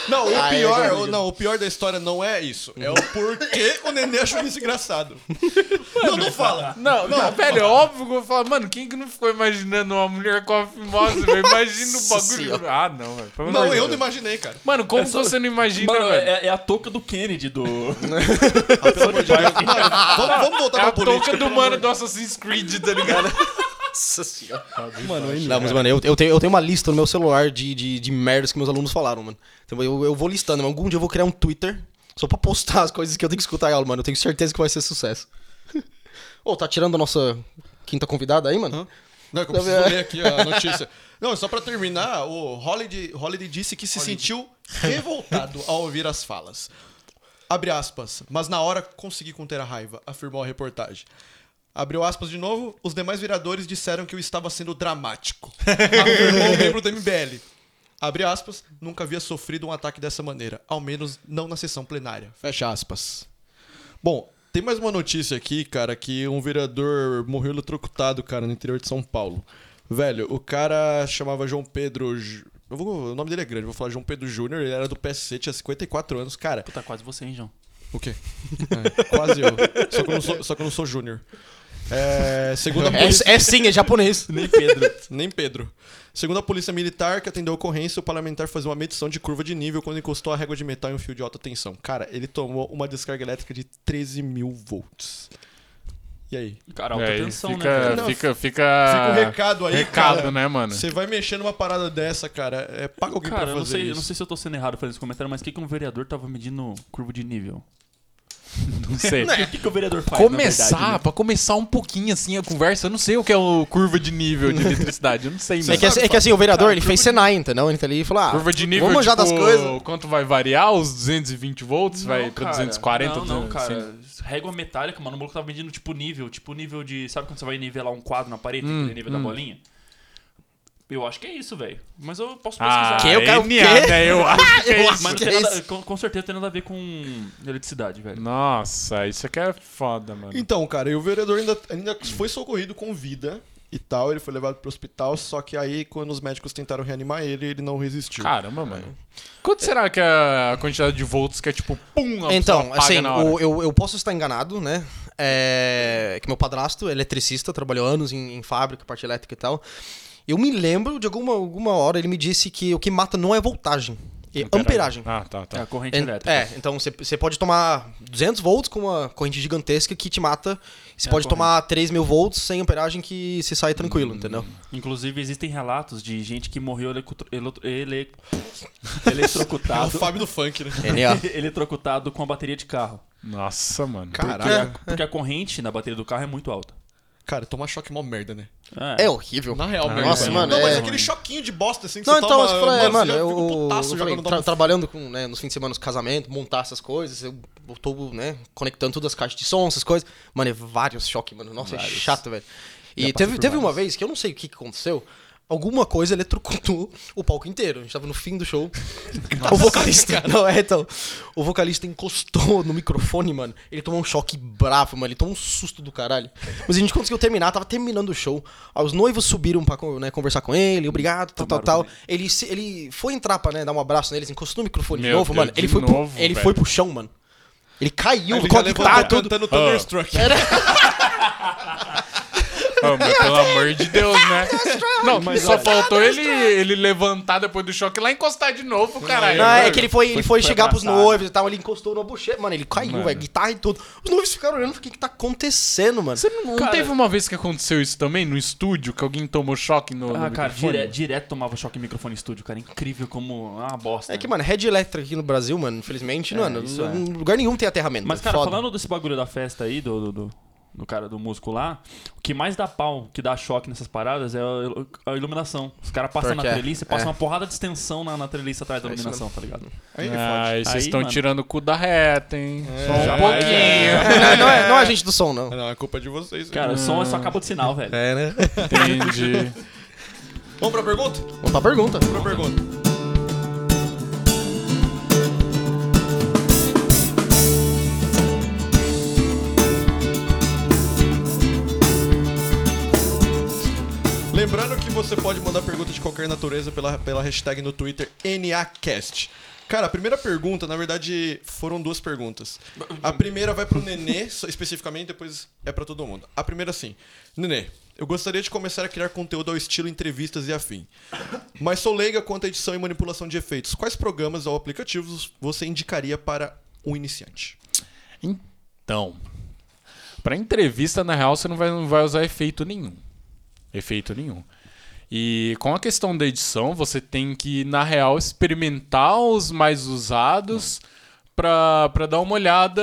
Speaker 1: Não, o
Speaker 2: Ah, é,
Speaker 1: pior,
Speaker 2: é,
Speaker 1: o- não, o pior da história não é isso. É o porquê o neném achou isso <laughs> engraçado. não, não fala.
Speaker 3: <laughs> Não, não, velho, é óbvio que eu vou falar, mano, quem que não ficou imaginando uma mulher com a fimose, velho? <laughs> Imagina o
Speaker 2: Nossa
Speaker 3: bagulho.
Speaker 2: Senhora.
Speaker 3: Ah, não, velho. pelo amor
Speaker 1: Não,
Speaker 3: de
Speaker 1: eu
Speaker 3: Deus.
Speaker 1: não imaginei, cara.
Speaker 3: Mano, como
Speaker 4: É só-
Speaker 3: você não
Speaker 1: assim,
Speaker 3: imagina,
Speaker 4: Mano,
Speaker 3: velho?
Speaker 4: é, é a touca do
Speaker 1: <laughs>
Speaker 4: Kennedy do. <laughs>
Speaker 1: Ah, Pelo amor de Deus. Mano, vamos, vamos voltar
Speaker 3: É
Speaker 1: pra
Speaker 3: a
Speaker 1: política.
Speaker 3: touca do mano do Assassin's Creed, tá ligado?
Speaker 4: <laughs>
Speaker 2: Nossa senhora. Mano, não, mas, mano, eu, eu tenho, eu tenho uma lista no meu celular de, de, de merdas que meus alunos falaram, mano. Então eu, eu vou listando, mas algum dia eu vou criar um Twitter só pra postar <laughs> as coisas que eu tenho que escutar em aula, mano. Eu tenho certeza que vai ser sucesso. Ô, tá tirando a nossa quinta convidada aí, mano?
Speaker 1: Não, é que eu preciso ler aqui a notícia. Não, só pra terminar, o Holiday, Holiday disse que se sentiu revoltado ao ouvir as falas. Abre aspas. Mas na hora consegui conter a raiva, afirmou a reportagem. Abriu aspas de novo. Os demais vereadores disseram que eu estava sendo dramático. Afirmou o membro do MBL. Abre aspas, nunca havia sofrido um ataque dessa maneira, ao menos não na sessão plenária. Fecha aspas. Bom, tem mais uma notícia aqui, cara, que um vereador morreu eletrocutado, cara, no interior de São Paulo. Velho, o cara chamava João Pedro. Ju- Eu vou, o nome dele é grande, eu vou falar João Pedro Júnior, ele era do PSC, tinha 54 anos, cara.
Speaker 4: Puta, Tá quase você, hein, João?
Speaker 1: O quê? É, quase eu. Só que eu não sou, só que eu não sou Júnior. É, segundo a polícia...
Speaker 2: É, é sim, é japonês.
Speaker 4: Nem Pedro.
Speaker 1: Nem Pedro. Segundo a polícia militar que atendeu a ocorrência, o parlamentar fazia uma medição de curva de nível quando encostou a régua de metal em um fio de alta tensão. Cara, ele tomou uma descarga elétrica de 13 mil volts. E aí?
Speaker 4: Cara,
Speaker 3: É,
Speaker 4: alta
Speaker 3: aí
Speaker 4: tensão,
Speaker 3: fica,
Speaker 4: né? cara?
Speaker 1: Não,
Speaker 3: fica, fica,
Speaker 1: Fica o recado aí,
Speaker 3: Ah, recado,
Speaker 1: cara.
Speaker 3: né, mano?
Speaker 1: Você vai mexer numa parada dessa, cara. É, paga alguém
Speaker 4: Cara,
Speaker 1: pra
Speaker 4: eu não,
Speaker 1: fazer
Speaker 4: sei, eu
Speaker 1: isso.
Speaker 4: não sei se eu tô sendo errado fazendo esse comentário, mas o que, que um vereador tava medindo curva de nível?
Speaker 3: Não é, sei.
Speaker 4: O que, que o vereador faz?
Speaker 3: começar,
Speaker 4: na verdade, né?
Speaker 3: pra começar um pouquinho assim a conversa, eu não sei o que é o curva de nível <laughs> de eletricidade, eu não sei,
Speaker 2: É
Speaker 3: mano.
Speaker 2: que, assim, é que assim, o vereador, ele fez Senai, entendeu? Ele tá ali e falou, ah,
Speaker 3: Curva de nível,
Speaker 2: vamos manjar
Speaker 3: tipo,
Speaker 2: das coisas.
Speaker 3: quanto vai variar? Os 220 volts?
Speaker 4: né?
Speaker 3: vai
Speaker 4: Não,
Speaker 3: pra
Speaker 4: cara.
Speaker 3: 240?
Speaker 4: Não, não,
Speaker 3: 200,
Speaker 4: cara. Régua metálica, mano. O maluco tava medindo tipo nível, tipo nível de. Sabe quando você vai nivelar um quadro na parede,
Speaker 3: Hum,
Speaker 4: aquele nível da
Speaker 3: hum.
Speaker 4: bolinha? Eu acho que é isso, velho. Mas eu posso
Speaker 3: Ah,
Speaker 4: pesquisar.
Speaker 2: Que eu quero-
Speaker 3: NA,
Speaker 2: <laughs>
Speaker 3: né? Eu acho que é
Speaker 2: Eu
Speaker 3: isso.
Speaker 2: acho
Speaker 4: Mas não
Speaker 2: que
Speaker 4: tem
Speaker 2: é
Speaker 4: nada-
Speaker 2: isso.
Speaker 4: com, com certeza tem nada a ver com eletricidade, velho.
Speaker 3: Nossa, isso aqui é foda, mano.
Speaker 1: Então, cara, e o vereador ainda, ainda foi socorrido com vida e tal. Ele foi levado pro hospital, só que aí, quando os médicos tentaram reanimar ele, ele não resistiu.
Speaker 3: Caramba, mano. Quanto será que é a quantidade de volts que é tipo, pum, a
Speaker 2: Então,
Speaker 3: pessoa apaga
Speaker 2: assim,
Speaker 3: na hora?
Speaker 2: o- eu, eu posso estar enganado, né? É, que meu padrasto, é eletricista, trabalhou anos em, em fábrica, parte elétrica e tal. Eu me lembro de alguma, alguma hora ele me disse que o que mata não é voltagem, é amperagem.
Speaker 3: Ah, tá, tá.
Speaker 4: É a corrente
Speaker 2: En-
Speaker 4: elétrica.
Speaker 2: É, então você- você pode tomar 200 volts com uma corrente gigantesca que te mata. Você
Speaker 4: É,
Speaker 2: pode
Speaker 4: correto.
Speaker 2: tomar 3 mil volts sem amperagem que você sai
Speaker 3: Hum.
Speaker 2: tranquilo, entendeu?
Speaker 4: Inclusive, existem relatos de gente que morreu elecuto- elo- ele- <laughs>
Speaker 1: É o
Speaker 4: eletrocutado,
Speaker 1: Fábio do funk, né?
Speaker 4: <laughs>
Speaker 3: <laughs>
Speaker 2: NA.
Speaker 4: eletrocutado com a bateria de carro.
Speaker 3: Nossa, mano.
Speaker 1: Caralho.
Speaker 4: Porque a corrente na bateria do carro é muito alta.
Speaker 1: Cara, toma choque mó merda, né?
Speaker 2: É horrível.
Speaker 1: Na real,
Speaker 3: Nossa,
Speaker 1: mesmo. velho.
Speaker 2: mano,
Speaker 1: Não, mas
Speaker 2: é-
Speaker 1: aquele choquinho de bosta assim que
Speaker 2: Não,
Speaker 1: você
Speaker 2: então,
Speaker 1: toma.
Speaker 2: eu falei, é, mano,
Speaker 1: você já
Speaker 2: eu,
Speaker 1: fica um putaço jogando
Speaker 2: eu falei,
Speaker 1: no
Speaker 2: tra- trabalhando com, né, nos fins de semana, nos casamentos, montar essas coisas, eu tô, né, conectando todas as caixas de som, essas coisas. Mano, é vários choques, mano. Nossa, é chato, velho. E teve, teve uma vez que eu não sei o que, que aconteceu, alguma coisa eletrocutou o palco inteiro. A gente tava no fim do show. o vocalista, não, é, então, o vocalista encostou no microfone, mano. Ele tomou um choque bravo, mano. Ele tomou um susto do caralho. Mas a gente conseguiu terminar, tava terminando o show. Aí os noivos subiram pra con- né, conversar com ele, obrigado, tal, tal,
Speaker 4: Tomaram
Speaker 2: tal.
Speaker 4: também.
Speaker 2: Ele, se- ele foi entrar pra né, dar um abraço neles, encostou no microfone de
Speaker 3: Meu
Speaker 2: novo,
Speaker 3: Deus,
Speaker 2: mano.
Speaker 3: de
Speaker 2: Ele, foi, pro,
Speaker 3: novo,
Speaker 2: ele
Speaker 3: velho.
Speaker 2: foi pro chão, mano. Ele caiu,
Speaker 1: Ele
Speaker 2: com
Speaker 1: já
Speaker 2: a guitarra,
Speaker 1: levantou
Speaker 2: tudo.
Speaker 1: cantando Thunderstruck.
Speaker 3: Ô, mas pelo amor de Deus,
Speaker 2: <laughs>
Speaker 3: né? Não,
Speaker 4: Mas
Speaker 3: só
Speaker 4: olha-
Speaker 3: faltou ele, ele levantar depois do choque lá e encostar de novo, caralho.
Speaker 2: Não, é que ele foi, ele foi,
Speaker 4: foi
Speaker 2: chegar pros
Speaker 4: abraçado.
Speaker 2: noivos e tal, ele encostou na bochecha. Mano, ele caiu,
Speaker 3: Mano.
Speaker 2: velho, guitarra e tudo. Os noivos ficaram olhando, o que que tá acontecendo, mano?
Speaker 3: Você não, não
Speaker 4: Cara-
Speaker 3: teve uma vez que aconteceu isso também no estúdio, que alguém tomou choque no,
Speaker 4: Ah,
Speaker 3: no
Speaker 4: cara,
Speaker 3: microfone?
Speaker 4: dire- direto tomava choque em microfone estúdio, cara. Incrível como. Ah, bosta.
Speaker 2: É que, mano, Red Electric aqui no Brasil, mano, infelizmente,
Speaker 4: É,
Speaker 2: mano,
Speaker 4: isso é.
Speaker 2: em lugar nenhum tem aterramento.
Speaker 4: Mas, cara,
Speaker 2: Foda.
Speaker 4: falando desse bagulho da festa aí, do, do, do- do cara do músico lá, o que mais dá pau, que dá choque nessas paradas é a ilu- a iluminação. Os caras passam na
Speaker 2: Porque é,
Speaker 4: treliça e passam
Speaker 2: é.
Speaker 4: uma porrada de extensão na, na treliça atrás da
Speaker 2: É isso
Speaker 4: iluminação, tá ligado?
Speaker 1: Aí ele fode. É.
Speaker 3: Ah,
Speaker 4: Aí,
Speaker 3: vocês estão
Speaker 4: mano.
Speaker 3: tirando o cu da reta, hein? Só um
Speaker 4: Já-
Speaker 1: <laughs>
Speaker 3: pouquinho.
Speaker 2: <laughs> É, não, é, não é gente do som, não.
Speaker 1: Ah, Não, é culpa de vocês. hein?
Speaker 4: Cara, o som é só cabo de sinal, velho.
Speaker 2: É, né?
Speaker 3: Entendi.
Speaker 1: Vamos pra pergunta?
Speaker 2: Vamos pra
Speaker 4: tá
Speaker 2: pergunta.
Speaker 1: Vamos pra pergunta. Lembrando que você pode mandar pergunta de qualquer natureza pela, pela hashtag no Twitter NACast. Cara, a primeira pergunta, na verdade, foram duas perguntas. A primeira vai pro Nenê, <laughs> só- especificamente, depois é pra todo mundo. A primeira, sim. Nenê, eu gostaria de começar a criar conteúdo ao estilo entrevistas e afim. Mas sou leiga quanto à edição e manipulação de efeitos. Quais programas ou aplicativos você indicaria para um iniciante?
Speaker 3: Então, pra entrevista, na real, você não vai, não vai usar efeito nenhum. Efeito nenhum. E com a questão da edição, você tem que, na real, experimentar os mais usados pra pra dar uma olhada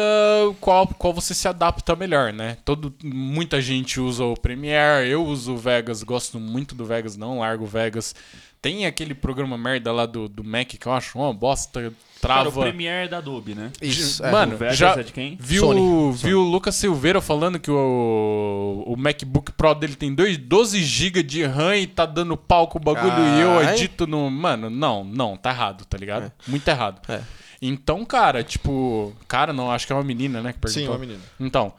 Speaker 3: qual, qual você se adapta melhor, né? Todo, muita gente usa o Premiere, eu uso o Vegas, gosto muito do Vegas, não largo o Vegas. Tem aquele programa merda lá do, do Mac que eu acho uma bosta,
Speaker 4: Cara,
Speaker 3: trava.
Speaker 4: o Premiere da Adobe, né?
Speaker 2: Isso, é.
Speaker 3: Mano,
Speaker 4: O Vegas
Speaker 3: já
Speaker 4: é de quem?
Speaker 3: viu,
Speaker 2: Sony.
Speaker 3: viu o Lucas Silveira falando que o, o MacBook Pro dele tem dois- 12 GB de RAM e tá dando pau com o bagulho e eu
Speaker 2: Ai.
Speaker 3: edito no. Mano, não, não, tá errado, tá ligado? Muito errado.
Speaker 2: É.
Speaker 3: Então, cara, tipo. Cara, não, acho que é uma menina, né? Que perguntou.
Speaker 1: Sim, uma menina.
Speaker 3: Então,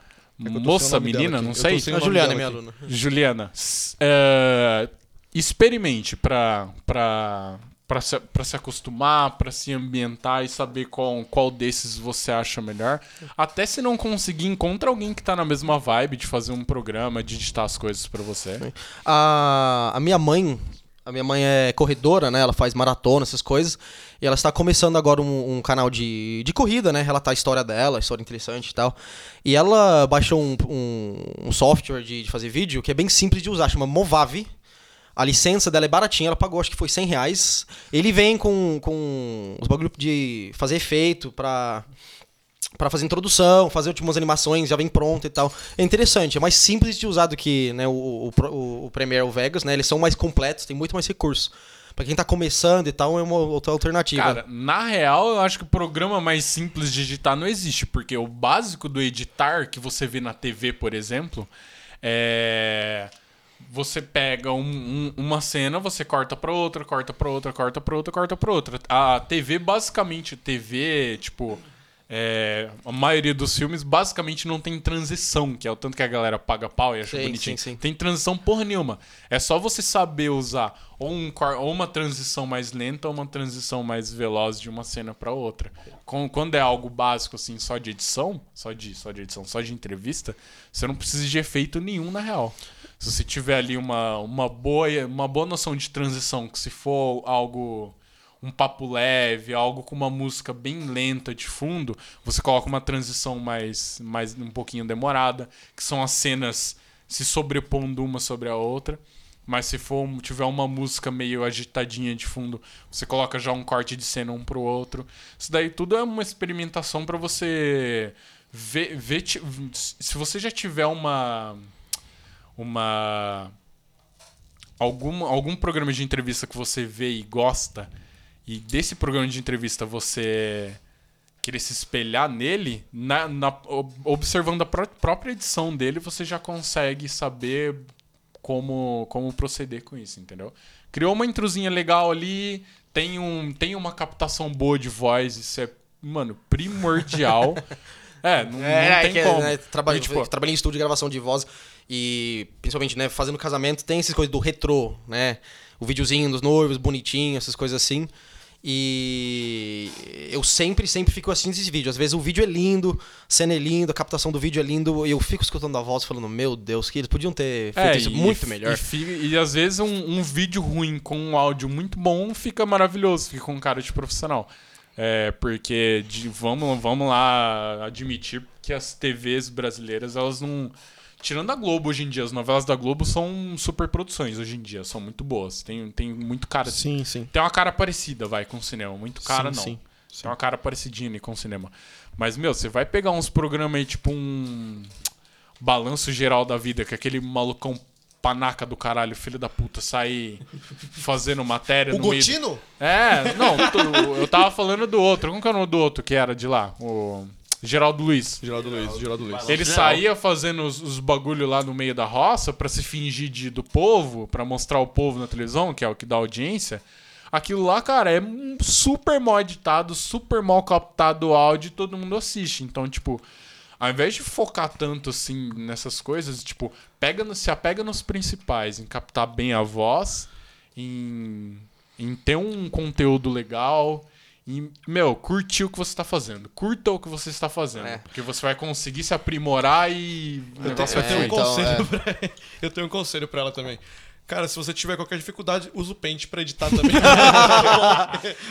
Speaker 1: É eu tô sem o
Speaker 3: moça,
Speaker 1: nome dela
Speaker 3: menina,
Speaker 1: aqui.
Speaker 3: não
Speaker 1: Eu tô
Speaker 3: sei.
Speaker 1: sem
Speaker 2: A
Speaker 1: o nome
Speaker 2: Juliana é
Speaker 1: dela
Speaker 2: minha
Speaker 1: aqui.
Speaker 2: aluna.
Speaker 3: Juliana, s- é, experimente pra, pra, pra, se, pra se acostumar, pra se ambientar e saber qual, qual desses você acha melhor. Até se não conseguir, encontra alguém que tá na mesma vibe de fazer um programa, de editar as coisas pra você.
Speaker 2: A, a minha mãe, a minha mãe é corredora, né? Ela faz maratona, essas coisas. E ela está começando agora um, um canal de, de corrida, né? Relatar a história dela, história interessante e tal. E ela baixou um, um, um software de, de fazer vídeo que é bem simples de usar, chama Movavi. A licença dela é baratinha, ela pagou acho que foi 100 reais. Ele vem com, com os bagulho de fazer efeito pra, pra fazer introdução, fazer tipo, umas animações, já vem pronto e tal. É interessante, é mais simples de usar do que né, o, o, Pro- o, o Premiere ou o Vegas, né? Eles são mais completos, tem muito mais recurso. Pra quem tá começando e tal, é uma outra alternativa.
Speaker 3: Cara, na real, eu acho que o programa mais simples de editar não existe, porque o básico do editar que você vê na TV, por exemplo, é. Você pega um- um- uma cena, você corta pra outra, corta pra outra, corta pra outra, corta pra outra. A TV, basicamente, TV, tipo. é, a maioria dos filmes basicamente não tem transição, que é o tanto que a galera paga pau e acha
Speaker 2: Sim,
Speaker 3: bonitinho.
Speaker 2: sim, sim.
Speaker 3: Tem transição porra nenhuma. É só você saber usar ou, um cor- ou uma transição mais lenta ou uma transição mais veloz de uma cena pra outra. Com- Quando é algo básico, assim, só de edição, só de, só de edição, só de entrevista, você não precisa de efeito nenhum, na real. Se você tiver ali uma, uma, boa, uma boa noção de transição, que se for algo um papo leve, algo com uma música bem lenta de fundo, você coloca uma transição mais, mais um pouquinho demorada, que são as cenas se sobrepondo uma sobre a outra. Mas se for um- tiver uma música meio agitadinha de fundo, você coloca já um corte de cena um pro outro. Isso daí tudo é uma experimentação pra você ver, ver ti- se você já tiver uma uma algum, algum programa de entrevista que você vê e gosta, e desse programa de entrevista você querer se espelhar nele, na, na- ob- observando a pró- própria edição dele, você já consegue saber como, como proceder com isso, entendeu? Criou uma intrusinha legal ali, tem, um, tem uma captação boa de voz, isso é, mano, primordial. É, não, não tem
Speaker 2: que,
Speaker 3: como.
Speaker 2: né, trabalho,
Speaker 3: E, tipo,
Speaker 2: trabalhei em estúdio de gravação de voz e, principalmente, né, fazendo casamento, tem essas coisas do retrô, né? O videozinho dos noivos, bonitinho, essas coisas assim. E eu sempre, sempre fico assistindo esses vídeos. Às vezes o vídeo é lindo, a cena é linda, a captação do vídeo é lindo, e eu fico escutando a voz falando, meu Deus, que eles podiam ter feito isso
Speaker 3: É, e-
Speaker 2: muito
Speaker 3: e-
Speaker 2: melhor.
Speaker 3: E, fi- e às vezes um, um vídeo ruim com um áudio muito bom fica maravilhoso, fica com cara de profissional. É, porque de- vamos, vamos lá admitir que as TVs brasileiras, elas não. Tirando a Globo hoje em dia, as novelas da Globo são super produções hoje em dia, são muito boas. Tem, tem muito cara.
Speaker 1: Sim, sim.
Speaker 3: Tem uma cara parecida, vai, com o cinema. Muito cara,
Speaker 1: Sim,
Speaker 3: não.
Speaker 1: sim, sim.
Speaker 3: Tem uma cara parecidinha ali com o cinema. Mas, meu, você vai pegar uns programas aí, tipo um. Balanço geral da vida, que é aquele malucão panaca do caralho, filho da puta,
Speaker 1: <laughs>
Speaker 3: sai fazendo matéria
Speaker 1: O
Speaker 3: no meio.
Speaker 1: Gotino?
Speaker 3: É, não, tu- eu tava falando do outro. Como que é o nome do outro que era de lá? O. Geraldo Luiz.
Speaker 1: Geraldo Luiz, Geraldo Luiz.
Speaker 3: Ele saía fazendo os, os bagulho lá no meio da roça pra se fingir de do povo, pra mostrar o povo na televisão, que é o que dá audiência. Aquilo lá, cara, é um super mal editado, super mal captado o áudio e todo mundo assiste. Então, tipo, ao invés de focar tanto assim nessas coisas, tipo, pega no- se apega nos principais, em captar bem a voz, em, em ter um conteúdo legal. E, meu, curtir o que você tá fazendo. Curta o que você está fazendo.
Speaker 2: É.
Speaker 3: Porque você vai conseguir se aprimorar e. o negócio
Speaker 1: Eu
Speaker 3: vai
Speaker 1: tenho
Speaker 2: É,
Speaker 1: um
Speaker 3: fluir.
Speaker 2: então,
Speaker 1: conselho pra ela. Eu tenho um conselho pra ela também. Cara, se você tiver qualquer dificuldade, usa o pente pra editar
Speaker 2: <laughs>
Speaker 1: também.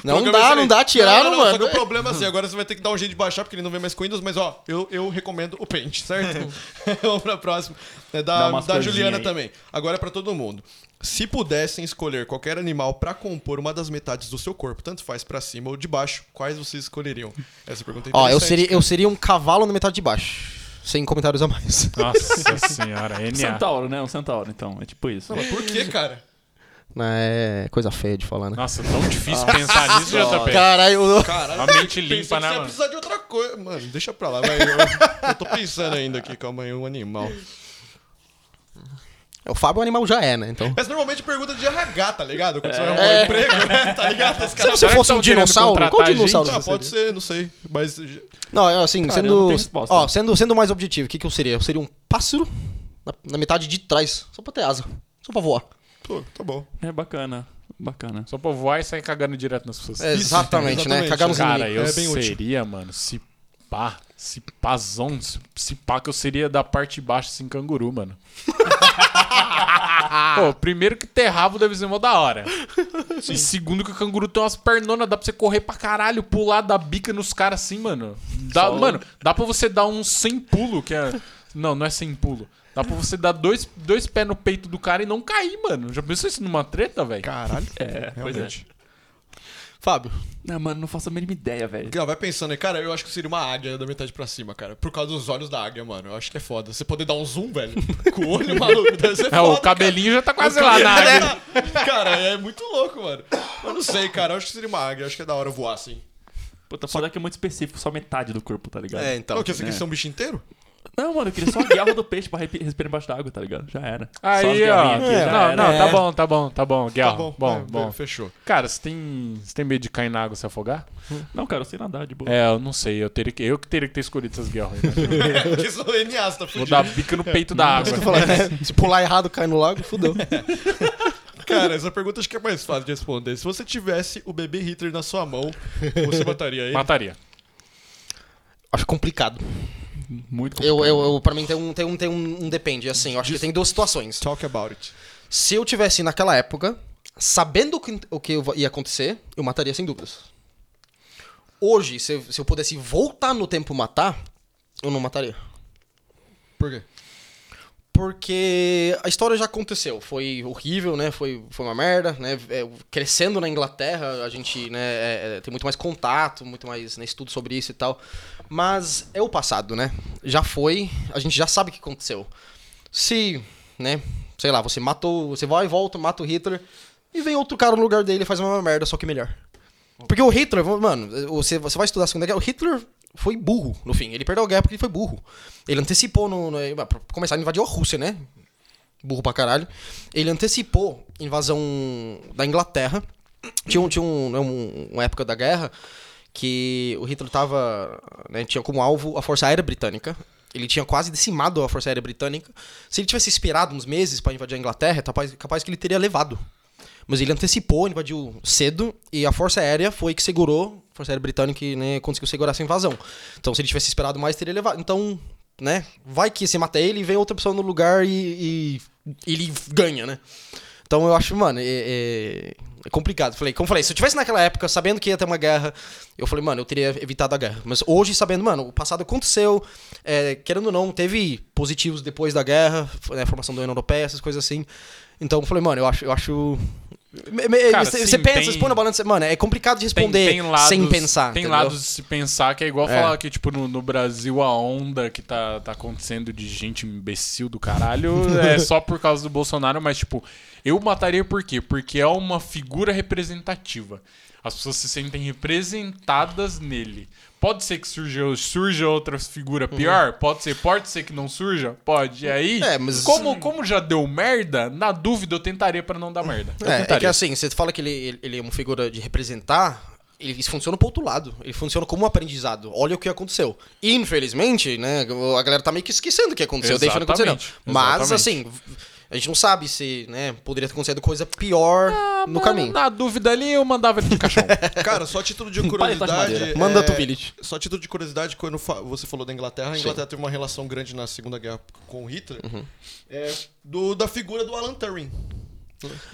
Speaker 2: Não
Speaker 1: Programa
Speaker 2: dá,
Speaker 1: diferente.
Speaker 2: não dá, tiraram,
Speaker 1: só que
Speaker 2: mano.
Speaker 1: O problema é assim, agora você vai ter que dar um jeito de baixar, porque ele não vem mais com Windows, mas ó, eu, eu recomendo o Paint,
Speaker 2: <laughs>
Speaker 1: certo? Vamos pra próxima. É
Speaker 4: Dá
Speaker 1: da,
Speaker 4: umas
Speaker 1: da
Speaker 4: coisinhas
Speaker 1: Juliana
Speaker 4: aí.
Speaker 1: também. Agora é pra todo mundo. Se pudessem escolher qualquer animal pra compor uma das metades do seu corpo, tanto faz pra cima ou de baixo, quais vocês escolheriam? Essa pergunta é
Speaker 2: Ó, eu
Speaker 1: interessante.
Speaker 2: seria, eu seria um cavalo na metade de baixo. Sem comentários a mais.
Speaker 3: Nossa senhora,
Speaker 4: Um
Speaker 3: NA.
Speaker 4: centauro, né? Um centauro, então. É tipo isso.
Speaker 1: Não, mas por que, cara?
Speaker 2: né, É coisa feia de falar, né?
Speaker 3: Nossa, tão difícil pensar nisso, JP.
Speaker 2: Caralho,
Speaker 1: Caralho,
Speaker 3: A mente
Speaker 1: pensei
Speaker 3: limpa,
Speaker 1: que
Speaker 3: né,
Speaker 1: você ia
Speaker 3: mano?
Speaker 1: precisar de outra coisa. Mano, deixa pra lá, vai. Eu, eu tô pensando ainda aqui, calma aí, um animal.
Speaker 2: <laughs> o Fábio é um animal já é, né? Então.
Speaker 1: Mas normalmente pergunta de RH, tá ligado? Quando você vai arrumar um emprego, né? Tá ligado? Os
Speaker 2: Se
Speaker 1: caras.
Speaker 2: você
Speaker 3: será que
Speaker 2: fosse um
Speaker 3: tão querendo
Speaker 2: dinossauro, qual
Speaker 3: contratar a
Speaker 2: dinossauro
Speaker 1: Ah,
Speaker 2: você
Speaker 1: pode
Speaker 2: seria?
Speaker 1: ser, não sei. Mas. Não
Speaker 2: Não, eu, assim,
Speaker 4: Cara, eu não
Speaker 2: sendo,
Speaker 4: tenho resposta.
Speaker 2: ó, sendo. Sendo mais objetivo, o que, que eu seria? Eu seria um pássaro na, na metade de trás, só pra ter asa, só pra voar.
Speaker 1: Pô, tá bom.
Speaker 4: É bacana, bacana.
Speaker 3: Só pra voar e sair cagando direto nas pessoas.
Speaker 2: É, exatamente, né?
Speaker 1: exatamente.
Speaker 2: Cagar nos
Speaker 3: Cara,
Speaker 2: inimigos.
Speaker 3: eu
Speaker 1: É bem útil.
Speaker 3: seria, mano, se pá, se pazão, se, se pá que eu seria da parte de baixo, assim,
Speaker 1: <laughs>
Speaker 3: canguru, mano. Pô, primeiro que ter rabo deve ser mó da hora. E segundo que o canguru tem umas pernonas, dá pra você correr pra caralho, pular, dar bica nos caras assim, mano. Dá, mano, dá pra você dar um sem pulo, que é... Não, não é sem pulo. Dá pra você dar dois, dois pés no peito do cara e não cair, mano. Já pensou isso numa treta, velho?
Speaker 1: Caralho.
Speaker 4: É, pois é.
Speaker 2: Fábio,
Speaker 4: Não, mano, não faço a mínima ideia, velho.
Speaker 1: Não, vai pensando aí, cara, eu acho que seria uma águia da metade pra cima, cara. Por causa dos olhos da águia, mano. Eu acho que é foda. Você poder dar um zoom, velho, com o olho <laughs> maluco, deve ser
Speaker 3: É,
Speaker 1: foda.
Speaker 3: o cabelinho já tá quase lá na área.
Speaker 1: Cara. <laughs> cara, é muito louco, mano. Eu não sei, cara. Eu acho que seria uma águia. Eu acho que é da hora voar assim.
Speaker 4: Puta, foda que é muito específico, só metade do corpo, tá ligado?
Speaker 2: é, então. <laughs>
Speaker 1: Não, que você quer
Speaker 4: né?
Speaker 1: ser um bicho inteiro?
Speaker 4: Não, mano, eu queria só a guiarra do peixe pra re- respirar embaixo da água, tá ligado? Já era. só as
Speaker 3: Aí, ó.
Speaker 4: guiarrinhas aqui, já
Speaker 3: não,
Speaker 4: era.
Speaker 3: não, tá
Speaker 2: É.
Speaker 3: bom, tá bom, tá bom, Guerra. bom, bom.
Speaker 1: é, Fechou. <laughs>
Speaker 3: Cara, você tem, você tem medo de cair na água e se afogar?
Speaker 4: Não, cara, eu sei nadar de boa.
Speaker 3: É, eu não sei. Eu, teria que, eu que teria que ter escolhido essas guerras. aí, <laughs> né?
Speaker 1: É, que sou NA, você tá
Speaker 3: Vou
Speaker 1: fudido.
Speaker 3: dar bica no peito da água.
Speaker 2: Eu falei, <laughs> né? Se pular errado, cai no lago, fudeu.
Speaker 1: Cara, essa pergunta acho que é mais fácil de responder. Se você tivesse o bebê Hitler na sua mão, você mataria ele?
Speaker 3: Mataria.
Speaker 2: <laughs> Acho complicado.
Speaker 4: Muito
Speaker 2: Eu,
Speaker 4: complicado.
Speaker 2: eu, eu, pra mim tem um, tem um, tem um um depende, assim. Eu acho que tem duas situações.
Speaker 1: Talk about it.
Speaker 2: Se eu tivesse naquela época, sabendo o que, o que eu va- ia acontecer, eu mataria sem dúvidas. Hoje, se, eu- se eu pudesse voltar no tempo e matar, eu não mataria.
Speaker 1: Por quê?
Speaker 2: Porque a história já aconteceu, foi horrível, né? Foi, foi uma merda, né? É, crescendo na Inglaterra, a gente né, é, é, tem muito mais contato, muito mais né, estudo sobre isso e tal. Mas é o passado, né? Já foi, a gente já sabe o que aconteceu. Se, né? Sei lá, você matou, você vai e volta, mata o Hitler e vem outro cara no lugar dele e faz uma merda, só que melhor. Porque o Hitler, mano, você, você vai estudar a Segunda Guerra, o Hitler foi burro, no fim. Ele perdeu a guerra porque ele foi burro. Ele antecipou, no, no, pra começar, ele invadiu a Rússia, né? Burro pra caralho. Ele antecipou a invasão da Inglaterra. Tinha, um, tinha um, né, um- uma época da guerra que o Hitler tava, né, tinha como alvo a Força Aérea Britânica. Ele tinha quase decimado a Força Aérea Britânica. Se ele tivesse esperado uns meses pra invadir a Inglaterra, é capaz, capaz que ele teria levado mas ele antecipou, invadiu cedo, e a Força Aérea foi que segurou, a Força Aérea Britânica né, conseguiu segurar essa invasão. Então, se ele tivesse esperado mais, teria levado. Então, né, vai que você mata ele e vem outra pessoa no lugar e, e ele ganha, né? Então, eu acho, mano, é, é- é complicado. Falei, como eu falei, se eu tivesse naquela época, sabendo que ia ter uma guerra, eu falei, mano, eu teria evitado a guerra. Mas hoje, sabendo, mano, o passado aconteceu, é, querendo ou não, teve positivos depois da guerra, né, a formação da União Europeia, essas coisas assim. Então, eu falei, mano, eu acho, eu acho me- me-
Speaker 3: Cara,
Speaker 2: você
Speaker 3: sim,
Speaker 2: você pensa,
Speaker 3: tem-
Speaker 2: você põe na balança. Mano, é complicado de responder sem pensar.
Speaker 3: Tem
Speaker 2: entendeu?
Speaker 3: lados de se pensar que é igual
Speaker 2: É.
Speaker 3: falar que, tipo, no, no Brasil a onda que tá, tá acontecendo de gente imbecil
Speaker 2: <laughs>
Speaker 3: do caralho é só por causa do Bolsonaro, mas, tipo, eu mataria por quê? Porque é uma figura representativa. As pessoas se sentem representadas nele. Pode ser que surja, surja outra figura pior? Pode ser. Pode ser que não surja? Pode. E aí,
Speaker 2: Uhum. É, mas-
Speaker 3: como, como já deu merda, na dúvida eu tentaria pra não dar merda. Eu
Speaker 2: É, é que
Speaker 3: tentaria.
Speaker 2: assim, você fala que ele, ele, ele é uma figura de representar, ele, isso funciona pro outro lado. Ele funciona como um aprendizado. Olha o que aconteceu. E, infelizmente, né, a galera tá meio que esquecendo o que aconteceu, deixando acontecer não.
Speaker 3: Exatamente,
Speaker 2: Mas,
Speaker 3: exatamente.
Speaker 2: assim, a gente não sabe se, né, poderia ter acontecido coisa pior no
Speaker 3: Mas
Speaker 2: caminho.
Speaker 3: Ah, Na dúvida ali, eu mandava ele pro caixão.
Speaker 2: <laughs>
Speaker 1: Cara, só título de
Speaker 4: Paleta de
Speaker 1: curiosidade.
Speaker 4: madeira.
Speaker 2: Manda tu,
Speaker 1: é,
Speaker 2: Village.
Speaker 1: Só título de curiosidade, quando fa- você falou da Inglaterra, a Inglaterra teve uma relação grande na Segunda Guerra com o Hitler. É, do, da figura do Alan Turing.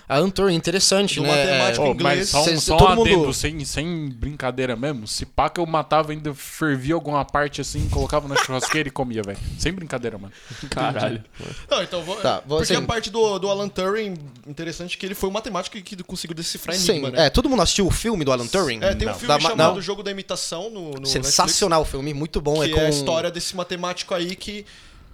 Speaker 2: A Antor, interessante,
Speaker 1: Do
Speaker 2: né?
Speaker 1: matemático.
Speaker 2: é,
Speaker 3: Ô,
Speaker 1: inglês,
Speaker 3: mas só, um-
Speaker 2: cês-
Speaker 3: só um
Speaker 2: todo mundo-
Speaker 3: adendo, sem, sem brincadeira mesmo. Se pá que eu matava, ainda fervia alguma parte assim, colocava na churrasqueira e comia, velho. Sem brincadeira, mano.
Speaker 4: Caralho.
Speaker 1: Não, então vou.
Speaker 2: Tá, vou-
Speaker 1: porque
Speaker 2: assim-
Speaker 1: a parte do, do Alan Turing, interessante que ele foi um matemático que conseguiu
Speaker 3: um
Speaker 1: decifrar
Speaker 2: sim,
Speaker 1: enigma, né?
Speaker 2: é, todo mundo assistiu o filme do Alan Turing?
Speaker 1: É, tem um
Speaker 3: Não.
Speaker 1: filme
Speaker 2: Da ma-
Speaker 1: chamado
Speaker 2: não.
Speaker 1: Jogo da Imitação no, no Netflix,
Speaker 2: Sensacional o filme, muito bom.
Speaker 1: que
Speaker 2: é com...
Speaker 1: é a história desse matemático aí que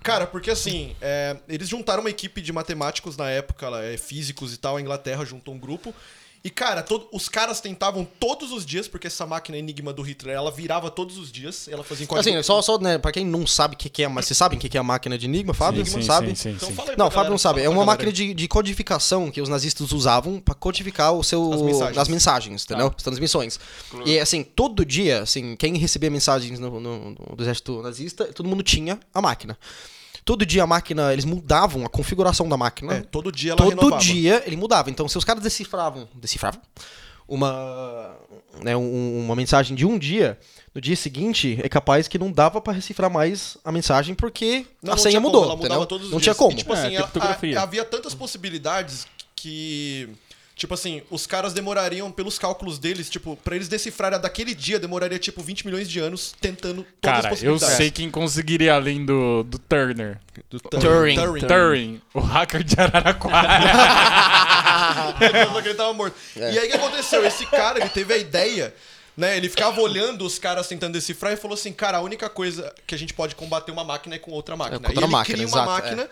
Speaker 1: Cara, porque assim, é, eles juntaram uma equipe de matemáticos na época, lá, é, físicos e tal, a Inglaterra juntou um grupo. E, cara, todo- os caras tentavam todos os dias, porque essa máquina Enigma do Hitler, ela virava todos os dias, ela fazia em código.
Speaker 2: Assim, só, só né, pra quem não sabe o que, que é, mas vocês sabem o que, que é a máquina de Enigma, Fábio? não sabe?
Speaker 3: Sim,
Speaker 1: Então
Speaker 3: sim.
Speaker 1: fala aí pra
Speaker 2: Não, o Fábio
Speaker 1: galera,
Speaker 2: não sabe.
Speaker 1: fala
Speaker 2: É
Speaker 1: pra
Speaker 2: uma
Speaker 1: galera
Speaker 2: máquina de, de codificação que os nazistas usavam pra codificar o seu,
Speaker 1: As mensagens. Tá. Hum.
Speaker 2: as mensagens, entendeu? As transmissões. E assim, todo dia, assim, quem recebia mensagens no, no- no- do exército nazista, todo mundo tinha a máquina. Todo dia a máquina, eles mudavam a configuração da máquina.
Speaker 1: É, todo dia ela
Speaker 2: todo
Speaker 1: renovava.
Speaker 2: dia ele mudava. Então, se os caras decifravam, decifravam uma, né, um- uma mensagem de um dia, no dia seguinte é capaz que não dava pra decifrar mais a mensagem porque
Speaker 1: Não,
Speaker 2: a
Speaker 1: não
Speaker 2: senha
Speaker 1: tinha como,
Speaker 2: mudou,
Speaker 1: ela mudava
Speaker 2: entendeu?
Speaker 1: todos os
Speaker 2: não
Speaker 1: dias.
Speaker 2: tinha como.
Speaker 1: E, tipo
Speaker 4: É,
Speaker 1: assim,
Speaker 4: tem
Speaker 1: ela-
Speaker 4: criptografia.
Speaker 1: a- havia tantas possibilidades que. Tipo assim, os caras demorariam, pelos cálculos deles, tipo, pra eles decifrarem a daquele dia, demoraria tipo 20 milhões de anos tentando todas as
Speaker 3: Cara, eu
Speaker 1: possibilidades.
Speaker 3: sei quem conseguiria além do, do Turner.
Speaker 1: Do
Speaker 2: Turing.
Speaker 1: Turing.
Speaker 3: Turing, o hacker
Speaker 1: <laughs>
Speaker 3: de Araraquara.
Speaker 1: Meu Deus, só que ele tava morto.
Speaker 2: É.
Speaker 1: E aí o que aconteceu? Esse cara, ele teve a ideia, né? Ele ficava olhando os caras tentando decifrar e falou assim: cara, a única coisa que a gente pode combater uma máquina é com outra máquina.
Speaker 2: É, com outra
Speaker 1: e ele
Speaker 2: máquina,
Speaker 1: cria
Speaker 2: exato,
Speaker 1: uma máquina